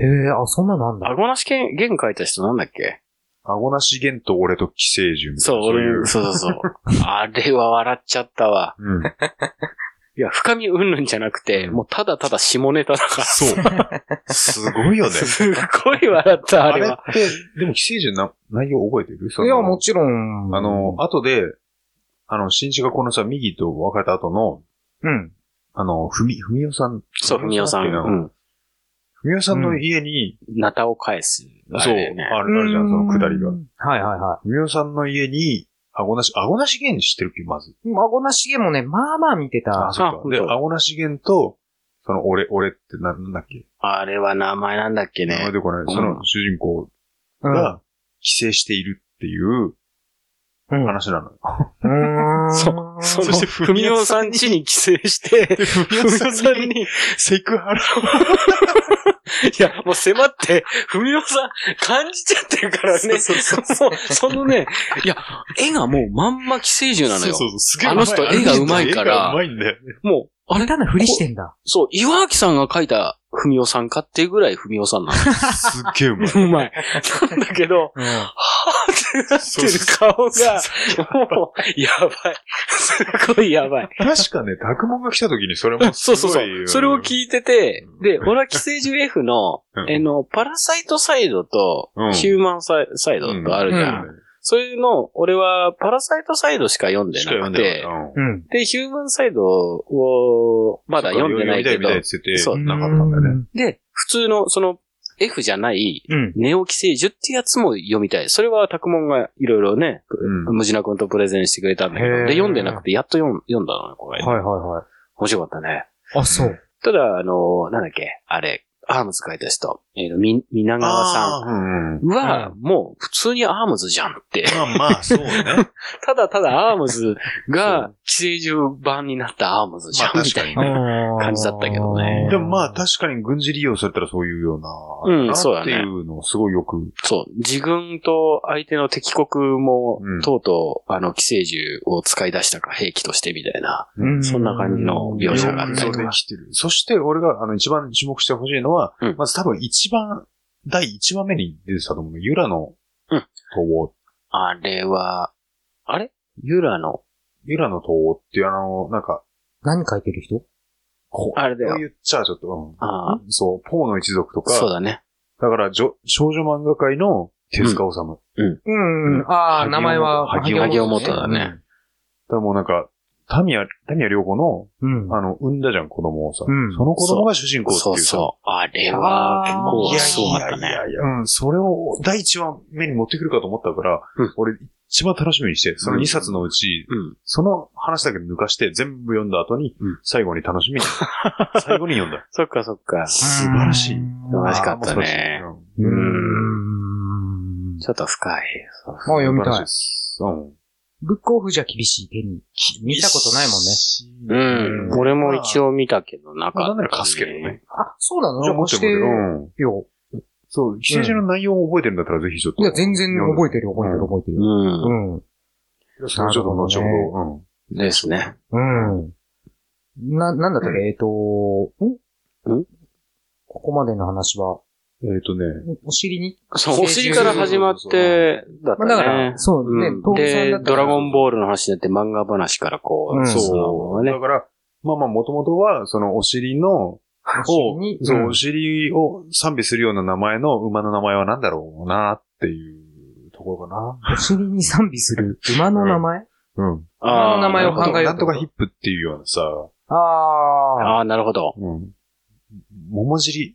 [SPEAKER 3] へえ、あ、そんなのあんだ。
[SPEAKER 5] 顎なし剣、剣書いた人なんだっけ
[SPEAKER 4] 顎なし弦と俺と寄生獣。
[SPEAKER 5] そう、
[SPEAKER 4] いう
[SPEAKER 5] 俺、そうそうそう。あれは笑っちゃったわ。
[SPEAKER 4] うん。
[SPEAKER 5] いや、深みうんぬんじゃなくて、もうただただ下ネタだから。
[SPEAKER 4] そう。すごいよね。
[SPEAKER 5] すっごい笑った、あ
[SPEAKER 4] あ
[SPEAKER 5] れ
[SPEAKER 4] れ
[SPEAKER 5] は。
[SPEAKER 4] って、でも寄生獣な、内容覚えてるその
[SPEAKER 3] いや、もちろん。
[SPEAKER 4] あの、、後で、あの、新一がこのさ、右と別れた後の、
[SPEAKER 3] うん。
[SPEAKER 4] あの、ふみ、ふみおさん、
[SPEAKER 5] そう、ふみおさん。
[SPEAKER 4] ふみおさ
[SPEAKER 5] うんん。
[SPEAKER 4] ふみおさんの家に、
[SPEAKER 5] なたを返す。あ
[SPEAKER 4] そう、あ
[SPEAKER 5] れだよ
[SPEAKER 4] る、
[SPEAKER 5] ね
[SPEAKER 4] あるじゃん、その下りが。
[SPEAKER 3] うん。はいはいは
[SPEAKER 4] ふみおさんの家に、顎なし、顎なし弦知ってるっけ、まず。
[SPEAKER 3] い。孫なしげもね、まあまあ見てた。
[SPEAKER 4] そっ
[SPEAKER 5] あ
[SPEAKER 4] か。で、
[SPEAKER 5] そう
[SPEAKER 4] 顎なし弦と、その、俺、俺ってな、なんだっけ。
[SPEAKER 5] あれは名前なんだっけ
[SPEAKER 4] 名前
[SPEAKER 5] ね。
[SPEAKER 4] でこれ、その主人公
[SPEAKER 3] うん
[SPEAKER 4] が、寄生しているっていう
[SPEAKER 3] うん
[SPEAKER 4] 話なの よ。
[SPEAKER 3] うーん。
[SPEAKER 5] そうそ
[SPEAKER 4] そして
[SPEAKER 5] の
[SPEAKER 4] ふ
[SPEAKER 5] ふ
[SPEAKER 4] み
[SPEAKER 5] み
[SPEAKER 4] お
[SPEAKER 5] お
[SPEAKER 4] さ
[SPEAKER 5] さん家に帰省して、
[SPEAKER 4] で、ふ
[SPEAKER 5] ふみおさんに、い
[SPEAKER 4] セク ハラ
[SPEAKER 5] や、もう迫って、ふみおさん感じちゃってるからね。
[SPEAKER 4] そうそう
[SPEAKER 5] もうそのね、いや、絵がもうまんま寄生獣なのよ。
[SPEAKER 4] そうそうそう、すげえ
[SPEAKER 5] あの人絵がうまいから
[SPEAKER 4] あの人絵がうまいんだよね。
[SPEAKER 5] もう、あれ
[SPEAKER 3] 下手なふりしてんだ。
[SPEAKER 5] そう、岩明さんが描いたふみおさんかっていうぐらいふみおさんなの。
[SPEAKER 4] すっげえうまい。
[SPEAKER 5] うまい。なんだけど、
[SPEAKER 3] うん。
[SPEAKER 5] はぁってなってる顔が、もう、やばい。すごいやばい。
[SPEAKER 4] 確かね、拓門が来た時にそれもすご
[SPEAKER 5] そう
[SPEAKER 4] い。
[SPEAKER 5] そうそう。それを聞いてて、で、俺は寄生獣 F の、
[SPEAKER 4] うん
[SPEAKER 5] あの、パラサイトサイドと
[SPEAKER 4] うん、
[SPEAKER 5] ヒューマンサイサイドとあるじゃん。
[SPEAKER 3] う
[SPEAKER 5] そういうの、俺はパラサイトサイドしか読んで
[SPEAKER 4] しか
[SPEAKER 5] な
[SPEAKER 4] 読
[SPEAKER 5] く
[SPEAKER 4] ん
[SPEAKER 5] て
[SPEAKER 4] で、ない。うん
[SPEAKER 3] うん。
[SPEAKER 5] で、ヒューマンサイドを、まだ読んでないけ
[SPEAKER 4] 読み
[SPEAKER 5] ど
[SPEAKER 4] たい、読みたいって言って
[SPEAKER 5] そ
[SPEAKER 4] て、
[SPEAKER 5] う
[SPEAKER 4] なかったんだよね。
[SPEAKER 5] で、普通の、その、F じゃない、
[SPEAKER 3] うん。
[SPEAKER 5] ネオ寄生獣ってやつも読みたい。それは、タクモンがいろいろね、
[SPEAKER 4] うん。
[SPEAKER 5] ムジナ君とプレゼンしてくれたんだけど
[SPEAKER 3] へー、
[SPEAKER 5] で、読んでなくて、やっと読ん読んだのね、これ。
[SPEAKER 3] はいはいは
[SPEAKER 5] 面白かったね。
[SPEAKER 3] い。あ、そう。
[SPEAKER 5] ただ、あの、なんだっけ、あれ、アームズ書いた人、えっ、と、み、皆川さ
[SPEAKER 4] あーうんうん
[SPEAKER 5] んは、
[SPEAKER 3] う
[SPEAKER 5] もう、普通にアームズじゃんって。
[SPEAKER 4] まあまあ、そうね。
[SPEAKER 5] ただただアームズが、寄生獣版になったアームズじゃ
[SPEAKER 4] ま
[SPEAKER 5] ん、
[SPEAKER 4] あ
[SPEAKER 5] み
[SPEAKER 4] 確か
[SPEAKER 5] た
[SPEAKER 4] に
[SPEAKER 5] い
[SPEAKER 4] ね
[SPEAKER 5] な。
[SPEAKER 3] 感
[SPEAKER 5] 感じだったけどね
[SPEAKER 4] でもまあ、確かに軍事利用されたらそういうような、
[SPEAKER 5] うん
[SPEAKER 4] な
[SPEAKER 5] そうだ
[SPEAKER 4] って
[SPEAKER 5] ね
[SPEAKER 4] いうのをすごいよく。
[SPEAKER 5] そう。自軍と相手の敵国も
[SPEAKER 4] うん、
[SPEAKER 5] とうとう、あの、寄生獣を使い出したか、兵器としてみたいな。
[SPEAKER 3] に
[SPEAKER 5] そんな感じの描写があったり
[SPEAKER 4] そ
[SPEAKER 5] と
[SPEAKER 4] う
[SPEAKER 5] か
[SPEAKER 4] できてる。そして、俺があの一番注目してほしいのは
[SPEAKER 5] うん、
[SPEAKER 4] まず多分一番、第一番目に出てたと思う。ユラの
[SPEAKER 5] うん
[SPEAKER 4] 塔
[SPEAKER 5] あれは、あれユラの、
[SPEAKER 4] ユラの塔っていうあの、なんか、
[SPEAKER 3] 何書いてる人
[SPEAKER 4] こう
[SPEAKER 5] あれだよ
[SPEAKER 4] 言っちゃちょっと、
[SPEAKER 5] ああ、
[SPEAKER 4] うん。そう、ポーの一族とか、
[SPEAKER 5] そうだね。
[SPEAKER 4] だから、じょ少女漫画界の手塚治虫。
[SPEAKER 3] うんうん。ああ、名前は、
[SPEAKER 4] 萩尾
[SPEAKER 5] 萩尾
[SPEAKER 3] 元
[SPEAKER 5] 元だね。
[SPEAKER 4] だからもうなんか、タミヤ、タミヤ良子の、
[SPEAKER 3] うん。
[SPEAKER 4] あの、産んだじゃん、子供をさ。
[SPEAKER 3] うん
[SPEAKER 4] その子供が主人公ってい
[SPEAKER 5] そう
[SPEAKER 4] うさ。
[SPEAKER 5] そう。あれは、結
[SPEAKER 3] う
[SPEAKER 5] 構
[SPEAKER 4] いや
[SPEAKER 5] すごかった
[SPEAKER 4] いやい
[SPEAKER 5] ね。
[SPEAKER 4] やいや、うん、それを第一話目に持ってくるかと思ったから、
[SPEAKER 5] うん
[SPEAKER 4] 俺一番楽しみにして、その二冊のうち、
[SPEAKER 5] うん。
[SPEAKER 4] その話だけ抜かして全部読んだ後に、
[SPEAKER 5] うん
[SPEAKER 4] 最後に楽し みに、最後に読んだ。
[SPEAKER 5] そっかそっか。
[SPEAKER 4] 素晴らしい。
[SPEAKER 5] 晴らしかったね
[SPEAKER 4] あーもう素晴らしい。うん
[SPEAKER 3] う。
[SPEAKER 5] うんちょっと深い。そう
[SPEAKER 3] もう読み
[SPEAKER 4] 素晴
[SPEAKER 3] たい
[SPEAKER 4] らしで。すうん。
[SPEAKER 3] ブックオフじゃ厳しい手に。見たことないもんね。
[SPEAKER 5] う
[SPEAKER 4] ね
[SPEAKER 5] ん。俺も一。応見たけど、
[SPEAKER 4] ま
[SPEAKER 5] な
[SPEAKER 4] あ
[SPEAKER 5] か
[SPEAKER 4] なん
[SPEAKER 5] っ
[SPEAKER 4] なら
[SPEAKER 5] た。
[SPEAKER 4] 貸すけどね。。
[SPEAKER 3] あ、そうなの
[SPEAKER 4] じゃあ持
[SPEAKER 3] 貸
[SPEAKER 4] って
[SPEAKER 3] し
[SPEAKER 4] も
[SPEAKER 3] て
[SPEAKER 4] けど、う
[SPEAKER 3] よ。
[SPEAKER 4] んそう、寄生獣の内容を覚えてるんだったらぜひちょっと。
[SPEAKER 3] いや、全然覚え
[SPEAKER 4] る。
[SPEAKER 3] てる、覚えてる、覚えて
[SPEAKER 5] う
[SPEAKER 3] る。
[SPEAKER 5] ん。
[SPEAKER 3] うん。
[SPEAKER 4] それちょっと後
[SPEAKER 3] なる
[SPEAKER 4] ほど。うん。
[SPEAKER 5] ですね。
[SPEAKER 3] うん。な、なんだったっけ、えっと、ん
[SPEAKER 5] ん
[SPEAKER 3] ここまでの話は、
[SPEAKER 4] えっとね、
[SPEAKER 3] おお尻に
[SPEAKER 5] そう、お尻から始まっ
[SPEAKER 4] そうそう
[SPEAKER 5] て、だっ
[SPEAKER 3] まあだか
[SPEAKER 5] たね
[SPEAKER 3] ら、。そうね、
[SPEAKER 5] うんで、ドラゴンボールの話になって漫画話からこ
[SPEAKER 3] うん
[SPEAKER 5] う、
[SPEAKER 4] そ。
[SPEAKER 5] そうう
[SPEAKER 4] だ
[SPEAKER 5] ね。
[SPEAKER 4] から、まあまあ、もともとは、そのお尻の、
[SPEAKER 3] ー
[SPEAKER 4] を
[SPEAKER 3] に、、
[SPEAKER 4] そうう、
[SPEAKER 3] ん
[SPEAKER 4] お尻を賛美するような名前の馬の名前は何だろうなっていうところか
[SPEAKER 3] お尻に賛美する馬の名前
[SPEAKER 4] な。うん。
[SPEAKER 5] あー
[SPEAKER 3] の名前を考えようと
[SPEAKER 4] なんとかヒップっていうようなさ、
[SPEAKER 3] ああ。
[SPEAKER 5] ああ、なるほど。
[SPEAKER 4] うん。桃尻、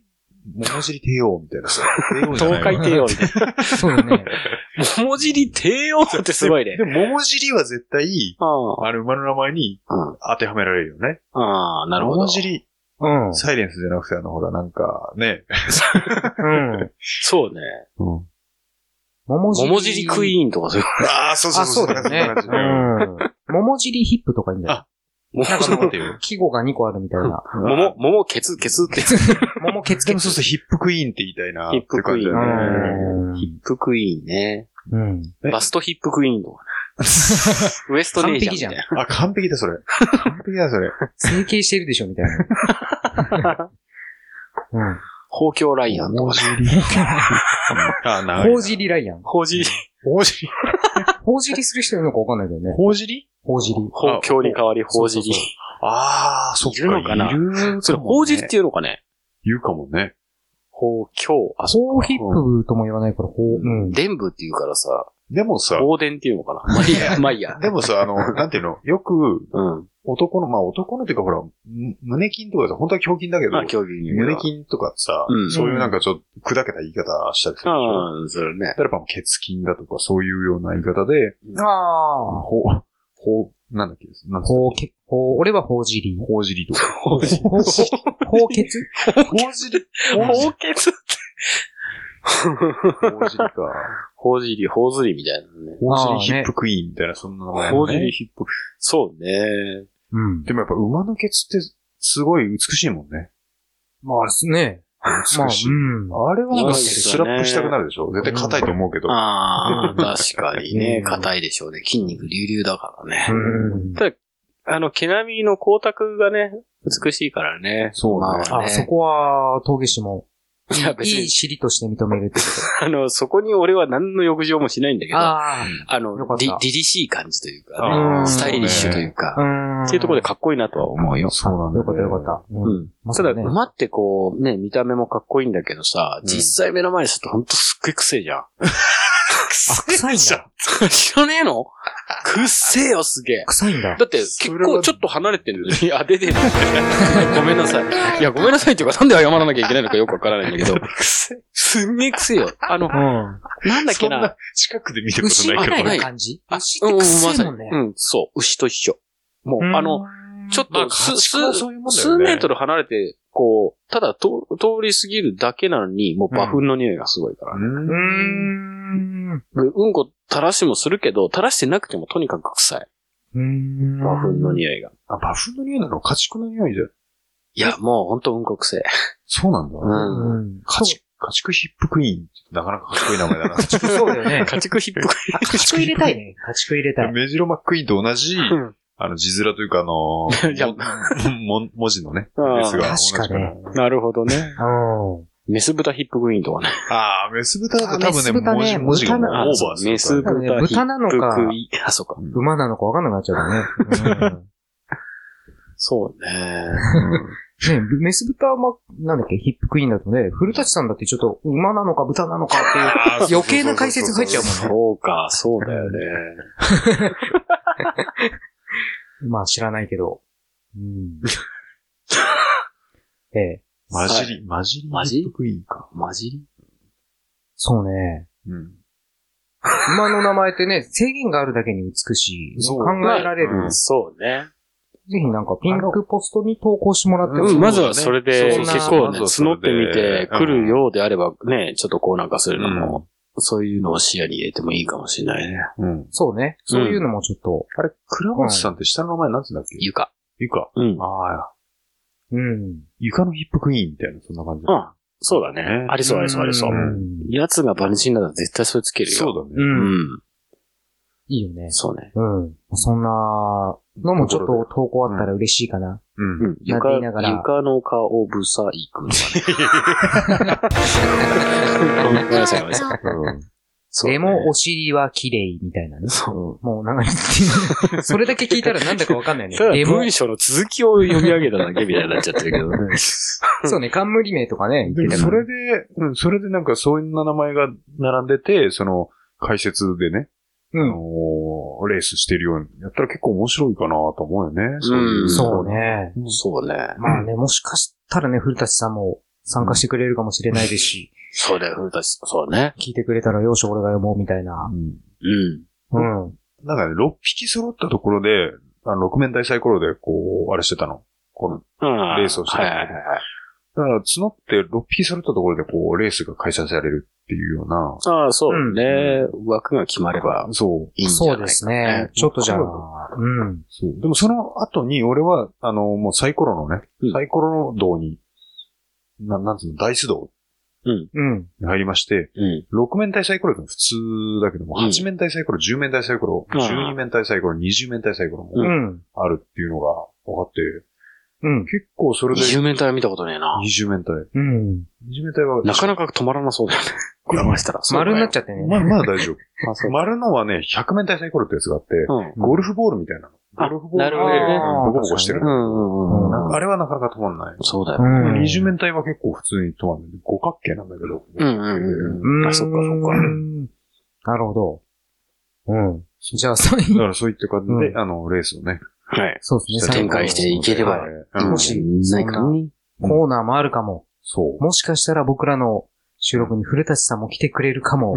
[SPEAKER 4] 桃尻帝王みたい なさ。帝王じゃない
[SPEAKER 5] 東
[SPEAKER 4] わ
[SPEAKER 5] 海帝王みたいな。
[SPEAKER 3] そうだね。
[SPEAKER 5] 桃尻帝王ってすごいね
[SPEAKER 4] で。も、桃尻は絶対、
[SPEAKER 5] あ
[SPEAKER 4] あれ、馬の名前に
[SPEAKER 5] あ、うん
[SPEAKER 4] 当てはめられるよね。
[SPEAKER 5] ああ、なるほど
[SPEAKER 4] 桃。尻、
[SPEAKER 3] うん。
[SPEAKER 4] サイレンスじゃなくて、あの、ほら、なんか、ね。
[SPEAKER 3] うん。
[SPEAKER 5] そうね。
[SPEAKER 4] うん。
[SPEAKER 3] 桃尻。
[SPEAKER 5] 桃尻クイーンとかそういう。
[SPEAKER 4] ああ、そうそう
[SPEAKER 3] あ、
[SPEAKER 4] そ。
[SPEAKER 3] そううだよね
[SPEAKER 4] んな感。じ
[SPEAKER 3] う。ん。桃尻ヒップとかいいんだよ。
[SPEAKER 5] 桃
[SPEAKER 4] ちょっと待ってよ。
[SPEAKER 3] 季語が2個あるみたいな。
[SPEAKER 5] 桃、桃ケツ、ケツって。
[SPEAKER 3] 桃ケツ
[SPEAKER 4] で
[SPEAKER 3] ケ
[SPEAKER 4] もそうす
[SPEAKER 3] ツ。
[SPEAKER 4] るとヒップクイーンって言いたいな。
[SPEAKER 5] ヒップクイー
[SPEAKER 4] っ
[SPEAKER 5] ン
[SPEAKER 4] て感じだよね
[SPEAKER 3] うん
[SPEAKER 5] ヒップクイーンね。
[SPEAKER 3] うん。
[SPEAKER 4] え
[SPEAKER 5] バストヒップクイーンとかね。ウエストネイジャーみたいな。
[SPEAKER 4] あ、完璧だ、それ。完璧だ、それ。
[SPEAKER 3] 整形してるでしょ、みたいな。うん。
[SPEAKER 5] 宝鏡ライアンとかね。
[SPEAKER 4] あ、長い
[SPEAKER 3] ほ
[SPEAKER 4] な。
[SPEAKER 3] うじりライアン。
[SPEAKER 5] 宝尻、
[SPEAKER 4] ほうじり
[SPEAKER 3] ほうじりする人いるのかわかんないけどね。
[SPEAKER 4] ほうじり
[SPEAKER 3] ほうじり。
[SPEAKER 5] 宝鏡に代わり
[SPEAKER 4] ほ
[SPEAKER 5] 宝
[SPEAKER 4] うそう
[SPEAKER 5] 尻
[SPEAKER 4] そう。ああ、そっ
[SPEAKER 5] いるのかな
[SPEAKER 4] る
[SPEAKER 5] それ、宝尻っていうのかね
[SPEAKER 4] 言うかもね。
[SPEAKER 5] 宝鏡。
[SPEAKER 4] あ、
[SPEAKER 3] ほ
[SPEAKER 4] そう
[SPEAKER 3] ヒップとも言わないから、ほう、うん。
[SPEAKER 5] 伝部っていうからさ、
[SPEAKER 4] でもさ、
[SPEAKER 5] 宝伝っていうのかなまあいい や、まあいいや。
[SPEAKER 4] でもさ、あの、なんていうの、よく、
[SPEAKER 5] うん。
[SPEAKER 4] 男の、まあ男のっていうかほら、む胸筋とかさ、本当は胸筋だけど、
[SPEAKER 5] まあ、競技に
[SPEAKER 4] 胸筋とかさ、
[SPEAKER 5] うん
[SPEAKER 4] そういうなんかちょっと砕けた言い方したりするでしょ。
[SPEAKER 5] うん、それね。
[SPEAKER 4] 例えば、血筋だとか、そういうような言い方で、
[SPEAKER 3] ああ。
[SPEAKER 4] ほ、ほ、なんだっけ、なん
[SPEAKER 3] ほうけ、ほう、俺はほう じり。
[SPEAKER 4] ほうじりとか。
[SPEAKER 5] 宝血
[SPEAKER 3] ほうじ、ほうけつ
[SPEAKER 4] ほうじり
[SPEAKER 5] 宝血
[SPEAKER 4] ほうじり か。
[SPEAKER 5] 宝尻、宝尻みたいなね。
[SPEAKER 4] ほうじ
[SPEAKER 3] あー
[SPEAKER 4] り
[SPEAKER 3] ね
[SPEAKER 4] ヒップクイーンみたいな、そんな名前
[SPEAKER 5] 宝
[SPEAKER 4] の
[SPEAKER 5] 尻
[SPEAKER 4] ね。
[SPEAKER 5] ヒップ。そうね。
[SPEAKER 3] うん。
[SPEAKER 4] でもやっぱ馬の血ってすごい美しいもんね。
[SPEAKER 3] まあ、ですね。まあ、
[SPEAKER 4] 美しい。
[SPEAKER 3] うん。
[SPEAKER 4] あれはなん
[SPEAKER 5] 美
[SPEAKER 4] か
[SPEAKER 5] しいです
[SPEAKER 4] ス
[SPEAKER 5] よ
[SPEAKER 4] ラ
[SPEAKER 5] ね
[SPEAKER 4] ップしたくなるでしょ絶対硬いと思うけど。
[SPEAKER 5] ああ、確かにね
[SPEAKER 3] う。ん
[SPEAKER 5] 硬いでしょうね。筋肉隆々だからね。
[SPEAKER 3] うん。
[SPEAKER 5] あの、毛並みの光沢がね、美しいからね。
[SPEAKER 4] そうね
[SPEAKER 5] まあ
[SPEAKER 3] あ、そこは、峠師も、
[SPEAKER 5] いや別
[SPEAKER 3] い
[SPEAKER 5] に
[SPEAKER 3] い尻として認めるってこ
[SPEAKER 5] あの、そこに俺は何の欲情もしないんだけ
[SPEAKER 3] と。
[SPEAKER 5] ど、あ
[SPEAKER 3] あ
[SPEAKER 5] の
[SPEAKER 3] よかっ、
[SPEAKER 5] り
[SPEAKER 3] た
[SPEAKER 5] りりしい感じというか、ね、
[SPEAKER 4] あ
[SPEAKER 3] う
[SPEAKER 4] ー
[SPEAKER 3] ん
[SPEAKER 5] スタイリッシュという
[SPEAKER 3] あ。
[SPEAKER 5] か、
[SPEAKER 3] うん。
[SPEAKER 5] っていうところでかっこいいなとは思うよ。
[SPEAKER 4] そうなんだ。
[SPEAKER 3] よかったよかった。
[SPEAKER 5] う。
[SPEAKER 3] うんま
[SPEAKER 5] た
[SPEAKER 3] さ
[SPEAKER 5] だ、
[SPEAKER 3] かね
[SPEAKER 5] 馬ってこう、ね、見た目もかっこいいんだけどさ、
[SPEAKER 4] うん
[SPEAKER 5] 実際目の前にするとほんとすっごい臭いじゃん。
[SPEAKER 3] あ、臭いんだ。
[SPEAKER 5] 知らねえ のくっせえよ、すげえ。
[SPEAKER 3] 臭いんだ。
[SPEAKER 5] だって、結構ちょっと離れて るのに、あ、出てる。ごめんなさい。いや、ごめんなさいっていうか、なんで謝らなきゃいけないのか よくわからないんだけど、すんげえくせえよ。あの、
[SPEAKER 3] うん。
[SPEAKER 5] なんだっ
[SPEAKER 4] そ
[SPEAKER 5] け
[SPEAKER 4] ん
[SPEAKER 5] な
[SPEAKER 4] な。近くで見たこと
[SPEAKER 3] 牛
[SPEAKER 4] ない
[SPEAKER 3] み
[SPEAKER 4] けど
[SPEAKER 3] たい
[SPEAKER 5] は
[SPEAKER 3] ない感じ
[SPEAKER 5] あ
[SPEAKER 3] 牛って臭いもんね
[SPEAKER 5] う。ん、そう。牛と一緒。もう、
[SPEAKER 3] うん
[SPEAKER 5] あの、、ちょっ
[SPEAKER 4] まあ
[SPEAKER 5] とす、
[SPEAKER 4] 家
[SPEAKER 5] 数
[SPEAKER 4] 畜もそういうもんだよ
[SPEAKER 5] 数
[SPEAKER 4] ね
[SPEAKER 5] メートル離れて、こう、ただと通り過ぎるだけなのに、もう馬糞の匂いがすごいから。
[SPEAKER 4] う
[SPEAKER 3] う
[SPEAKER 4] ん
[SPEAKER 3] ーん。う
[SPEAKER 5] でうんこ垂らしもするけど、垂らしてなくてもとにかく臭い。
[SPEAKER 3] ーん。
[SPEAKER 5] 馬糞の匂いが。
[SPEAKER 4] あ、馬糞の匂いなの家畜の匂いじゃん。
[SPEAKER 5] いや、もうほんとうんこ臭い。
[SPEAKER 4] そうなんだ。
[SPEAKER 5] うん。
[SPEAKER 3] うん。
[SPEAKER 4] 家畜、家畜ヒップクイーンってなかなかかっこいい名前だな。
[SPEAKER 3] そうだよね。
[SPEAKER 5] 家畜ひっぽく。
[SPEAKER 3] あ家畜入れたいね。家畜入れたい。
[SPEAKER 4] メジロマックイーンと同じ、
[SPEAKER 5] ん
[SPEAKER 4] あの、字面というか、あのー
[SPEAKER 5] いや
[SPEAKER 4] も 文字のね、
[SPEAKER 5] ああ
[SPEAKER 4] ですが。
[SPEAKER 3] 確かね。
[SPEAKER 5] なるほどね。
[SPEAKER 3] うん。
[SPEAKER 5] メス豚ヒップグイーンとかね。
[SPEAKER 4] ああ、メス豚だと多分ね、
[SPEAKER 3] あメス豚
[SPEAKER 4] 文字
[SPEAKER 3] ね
[SPEAKER 4] 文字がもう
[SPEAKER 3] 豚な
[SPEAKER 4] オーバーする
[SPEAKER 5] メス
[SPEAKER 4] から
[SPEAKER 5] 豚
[SPEAKER 4] ね
[SPEAKER 5] ヒップグイーン。
[SPEAKER 3] 豚なのか
[SPEAKER 5] あ、そうか。
[SPEAKER 3] 馬なのかわかんなくなっちゃうからね。うん
[SPEAKER 5] そうね。
[SPEAKER 3] ね メス豚は、ま、なんだっけ、ヒップクイーンだとね、古舘さんだってちょっと馬なのか豚なのかっていう
[SPEAKER 4] ああそうそうそうそう
[SPEAKER 3] 余計な解説入っちゃうもんね
[SPEAKER 5] そうか、そうだよね。
[SPEAKER 3] まあ知らないけど。うん。 ええ、
[SPEAKER 4] 混じり、混じり
[SPEAKER 5] 混じり
[SPEAKER 4] ヒップクイーンか。
[SPEAKER 5] マジ
[SPEAKER 3] そうね。
[SPEAKER 4] うん。
[SPEAKER 3] 馬の名前ってね、制限があるだけに美しい。
[SPEAKER 4] そう
[SPEAKER 3] 考えられる。
[SPEAKER 4] う
[SPEAKER 3] ぜ
[SPEAKER 4] ん
[SPEAKER 5] そうね。
[SPEAKER 3] ひなんかピンクポストに投稿してもらっても
[SPEAKER 5] うん、まずは
[SPEAKER 4] そうだね
[SPEAKER 5] それで、
[SPEAKER 3] そんな
[SPEAKER 5] 結構
[SPEAKER 4] ま
[SPEAKER 5] ね、
[SPEAKER 4] ずはそれ
[SPEAKER 5] 募ってみ
[SPEAKER 4] で
[SPEAKER 5] て、来るようであればね、ちょっとこうなんかするのも、そういうのを視野に入れてもいいかもしれないね。
[SPEAKER 4] うん。
[SPEAKER 3] そうね。そういうのもちょっと。
[SPEAKER 4] あれ、倉本さんって下の名前なんて言うんだっけ
[SPEAKER 5] ゆか。
[SPEAKER 4] ゆか。
[SPEAKER 5] うん。
[SPEAKER 4] ああ、
[SPEAKER 3] うん。
[SPEAKER 4] ゆかのヒップクイーンみたいな、そんな感じ。
[SPEAKER 5] うん。そうだね
[SPEAKER 4] ね。
[SPEAKER 5] ありそうありそうありそうう。
[SPEAKER 3] ん
[SPEAKER 5] やつがバニシンなら絶対それつけるよ。
[SPEAKER 4] そうだ
[SPEAKER 3] う。
[SPEAKER 4] ね。
[SPEAKER 5] うんん。
[SPEAKER 3] いいよね。
[SPEAKER 5] そうね。
[SPEAKER 3] うん。そんなのもちょっと投稿あったら嬉しいかな。
[SPEAKER 4] うん。
[SPEAKER 5] うん。ゆか、
[SPEAKER 3] なんて言いながら
[SPEAKER 5] 床の顔をぶさいくの がね。ごめんなさい、ごめんなさい。そうね
[SPEAKER 3] でも、お尻は綺麗みたいなね。そう。もうなんか、 それだけ聞いたらなんだかわかんないね。
[SPEAKER 5] ただ
[SPEAKER 3] でも
[SPEAKER 5] 文、章の続きを読み上げただけみたいになっちゃってるけどね。
[SPEAKER 3] そうね、冠名とかね、言
[SPEAKER 4] で
[SPEAKER 3] ってた
[SPEAKER 4] もそ
[SPEAKER 3] から
[SPEAKER 4] れで、うん、それでなんかそういう名前が並んでて、その、解説でね、
[SPEAKER 3] う
[SPEAKER 4] あ
[SPEAKER 3] ん
[SPEAKER 4] の。ーレースしてるようにやったら結構面白いかなと思うよね。そういう。
[SPEAKER 5] うん
[SPEAKER 3] そうね。
[SPEAKER 5] そうね。
[SPEAKER 3] まあね、もしかしたらね、古舘さんも参加してくれるかもしれないですし、
[SPEAKER 5] そうだよ、古田さんそうね。
[SPEAKER 3] 聞いてくれたら、よし、俺が読もうみたいな
[SPEAKER 4] う。ん。
[SPEAKER 5] うん。
[SPEAKER 3] うん。
[SPEAKER 4] なんかね、6匹揃ったところで、あの、6面大サイコロで、こう、あれしてたの。この、
[SPEAKER 5] うん。
[SPEAKER 4] レースをしてる
[SPEAKER 5] はいはいはい。
[SPEAKER 4] だから、募って6匹揃ったところで、こう、レースが開催されるっていうような。
[SPEAKER 5] ああ、そうね。枠が決まれば
[SPEAKER 4] そう。
[SPEAKER 5] いいんじゃ
[SPEAKER 3] そ
[SPEAKER 5] な
[SPEAKER 3] う
[SPEAKER 5] いか、
[SPEAKER 3] ですね。。ちょっとじゃあ、うん。
[SPEAKER 4] そう。でもその後に、俺は、あの、もうサイコロのね、
[SPEAKER 5] うん
[SPEAKER 4] サイコロの道に、ななんつうの、ダイス道
[SPEAKER 3] うん。
[SPEAKER 4] に入りまして、
[SPEAKER 5] うん。
[SPEAKER 4] 6面体サイコロって普通だけども、
[SPEAKER 5] うん
[SPEAKER 4] 8面体サイコロ、10面体サイコロ、
[SPEAKER 5] うん
[SPEAKER 4] 12面体サイコロ、20面体サイコロ
[SPEAKER 5] う
[SPEAKER 4] も
[SPEAKER 3] うん。
[SPEAKER 4] あるっていうのが分かって、
[SPEAKER 3] うん。
[SPEAKER 4] 結構それで
[SPEAKER 5] 二、十面体は見たことねえな。
[SPEAKER 4] 二重面体。
[SPEAKER 3] うん。
[SPEAKER 4] 二重面体は、
[SPEAKER 5] なかなか止まらなそうだよね。膨らましたら。
[SPEAKER 3] 丸になっち
[SPEAKER 5] ゃ
[SPEAKER 3] ゃってね。
[SPEAKER 4] まあ、まだ大丈
[SPEAKER 5] あ
[SPEAKER 4] 夫。
[SPEAKER 5] そ
[SPEAKER 4] 丸のはね、100面体サイコロってやつがあって、
[SPEAKER 5] うん。
[SPEAKER 4] ゴルフボールみたいなの。ゴ
[SPEAKER 5] あ
[SPEAKER 4] ルフボールで、
[SPEAKER 5] なるほどね
[SPEAKER 4] うんボコボコしてる
[SPEAKER 5] う。んうんうん。
[SPEAKER 4] なんかあれはなかなか止まんない。
[SPEAKER 5] そうだ
[SPEAKER 3] う
[SPEAKER 5] よ。
[SPEAKER 3] ん。
[SPEAKER 4] 二重面体は結構普通に止まる。五角形なんだけど。
[SPEAKER 5] うんうんうん。あ、そっかそっ
[SPEAKER 3] う。
[SPEAKER 5] か
[SPEAKER 3] んなるほど。うん。じゃあ、そう
[SPEAKER 4] だからそういった感じ
[SPEAKER 3] う
[SPEAKER 4] で、あの、レースをね。
[SPEAKER 5] はい。
[SPEAKER 3] そうですね。
[SPEAKER 5] 展開していければ
[SPEAKER 4] はい
[SPEAKER 5] うん
[SPEAKER 3] もし
[SPEAKER 5] ないか
[SPEAKER 3] そん
[SPEAKER 5] な。
[SPEAKER 3] 最後のコーナーもあるかも。
[SPEAKER 4] そう。
[SPEAKER 3] もしかしたら僕らの収録に古舘さんも来てくれるかも。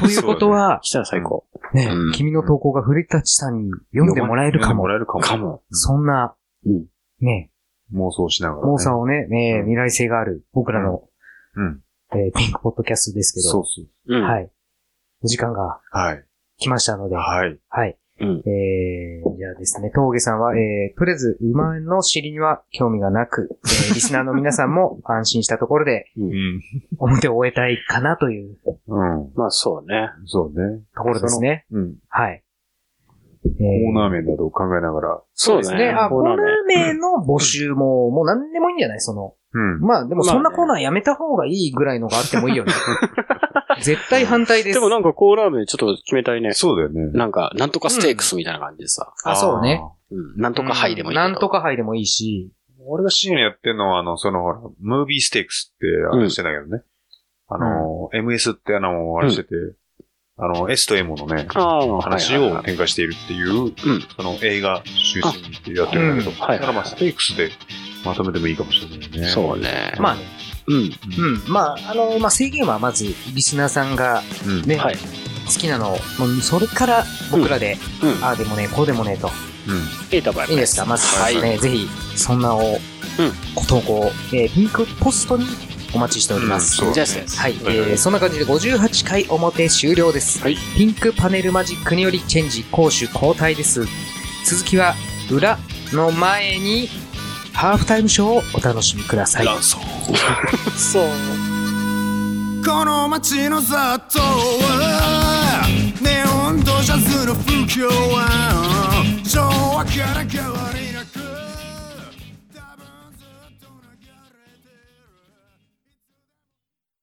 [SPEAKER 3] ということは、
[SPEAKER 5] 来たら最高。
[SPEAKER 3] ね
[SPEAKER 5] うん、
[SPEAKER 3] 君の投稿が古舘さんに読んでもらえるかも
[SPEAKER 4] も。らえるかも。
[SPEAKER 5] かも。
[SPEAKER 3] そんな
[SPEAKER 5] うん、
[SPEAKER 3] ね、
[SPEAKER 4] 妄想しながら、ね。
[SPEAKER 3] 猛者をね、ね未来性がある僕らの
[SPEAKER 4] うん。
[SPEAKER 3] えーピンクポッドキャストですけ
[SPEAKER 4] そ
[SPEAKER 3] ど
[SPEAKER 4] う、そう。
[SPEAKER 5] うん。
[SPEAKER 3] はい。お時間が
[SPEAKER 4] はい。
[SPEAKER 3] 来ましたので、
[SPEAKER 4] はい。
[SPEAKER 3] はい。
[SPEAKER 5] うん
[SPEAKER 3] えー、じゃあですね、峠さんは、えー、とりあえず、馬の尻には興味がなく、えーリスナーの皆さんも安心したところで、
[SPEAKER 4] うん。
[SPEAKER 3] 表を終えたいかなという
[SPEAKER 4] うん。
[SPEAKER 5] まあそうね。
[SPEAKER 4] そうね。
[SPEAKER 3] ところですね。
[SPEAKER 4] うん。
[SPEAKER 3] はい。えー
[SPEAKER 4] コーナー面などを考えながら。
[SPEAKER 5] そう
[SPEAKER 3] です
[SPEAKER 5] だ
[SPEAKER 3] ね。
[SPEAKER 5] ね。
[SPEAKER 3] あ、コーナー名
[SPEAKER 5] ね。
[SPEAKER 3] の募集も、もう何でもいいんじゃないその、
[SPEAKER 4] うん。
[SPEAKER 3] まあでも
[SPEAKER 5] ま
[SPEAKER 3] そ
[SPEAKER 5] あね
[SPEAKER 3] んなコーナーやめた方がいいぐらいのがあってもいいよね。 絶対反対です。
[SPEAKER 5] でもなんかコーラーメンちょっと決めたいね。
[SPEAKER 4] そうだよね。
[SPEAKER 5] なんか、なんとかステークスみたいな感じでさ。
[SPEAKER 3] あ、そうね。
[SPEAKER 5] うん。なんとかハイでもいいけど。
[SPEAKER 3] なんとか杯でもいいし、
[SPEAKER 4] あー。俺が深夜やってんのは、あの、その、ほら、ムービーステークスって、あれしてんだけどね。あのー、MS ってあの、あれしてて、あの、S と M のね、
[SPEAKER 5] ああ、
[SPEAKER 4] 話
[SPEAKER 5] はいはい
[SPEAKER 4] を
[SPEAKER 5] はい
[SPEAKER 4] 展開しているっていう、その映画中心ってやってるんだけど、
[SPEAKER 5] あうんはい
[SPEAKER 4] だからまあ、ステークスでまとめてもいいかもしれないね。
[SPEAKER 5] そうね。
[SPEAKER 3] まあね、
[SPEAKER 5] うん。
[SPEAKER 3] うん。まあ、あの、まあ、制限はまず、リスナーさんが
[SPEAKER 4] うん。
[SPEAKER 3] ね、
[SPEAKER 5] はい。
[SPEAKER 3] 好きなのを、もうそれから僕らで、
[SPEAKER 5] うんうん
[SPEAKER 3] ああでもね、こうでもね、と。
[SPEAKER 4] う
[SPEAKER 5] ええ、たば
[SPEAKER 3] いいですかまず、
[SPEAKER 5] はい
[SPEAKER 3] ね、ぜひ、そんなを、ご投稿、えーピンクポストにお待ちしており
[SPEAKER 4] ん。
[SPEAKER 3] ます。
[SPEAKER 4] そう
[SPEAKER 5] じゃ
[SPEAKER 4] だ
[SPEAKER 5] あ
[SPEAKER 4] ね。
[SPEAKER 5] です。
[SPEAKER 3] はい、えー、そんな感じで58回表終了です、
[SPEAKER 5] はい
[SPEAKER 3] ピンクパネルマジックによりチェンジ攻守交代です続きは裏の前にハーフタイムショーをお楽しみください
[SPEAKER 4] ランソー
[SPEAKER 6] この街の雑踏はネオンとジャズの不況は昭和から変わる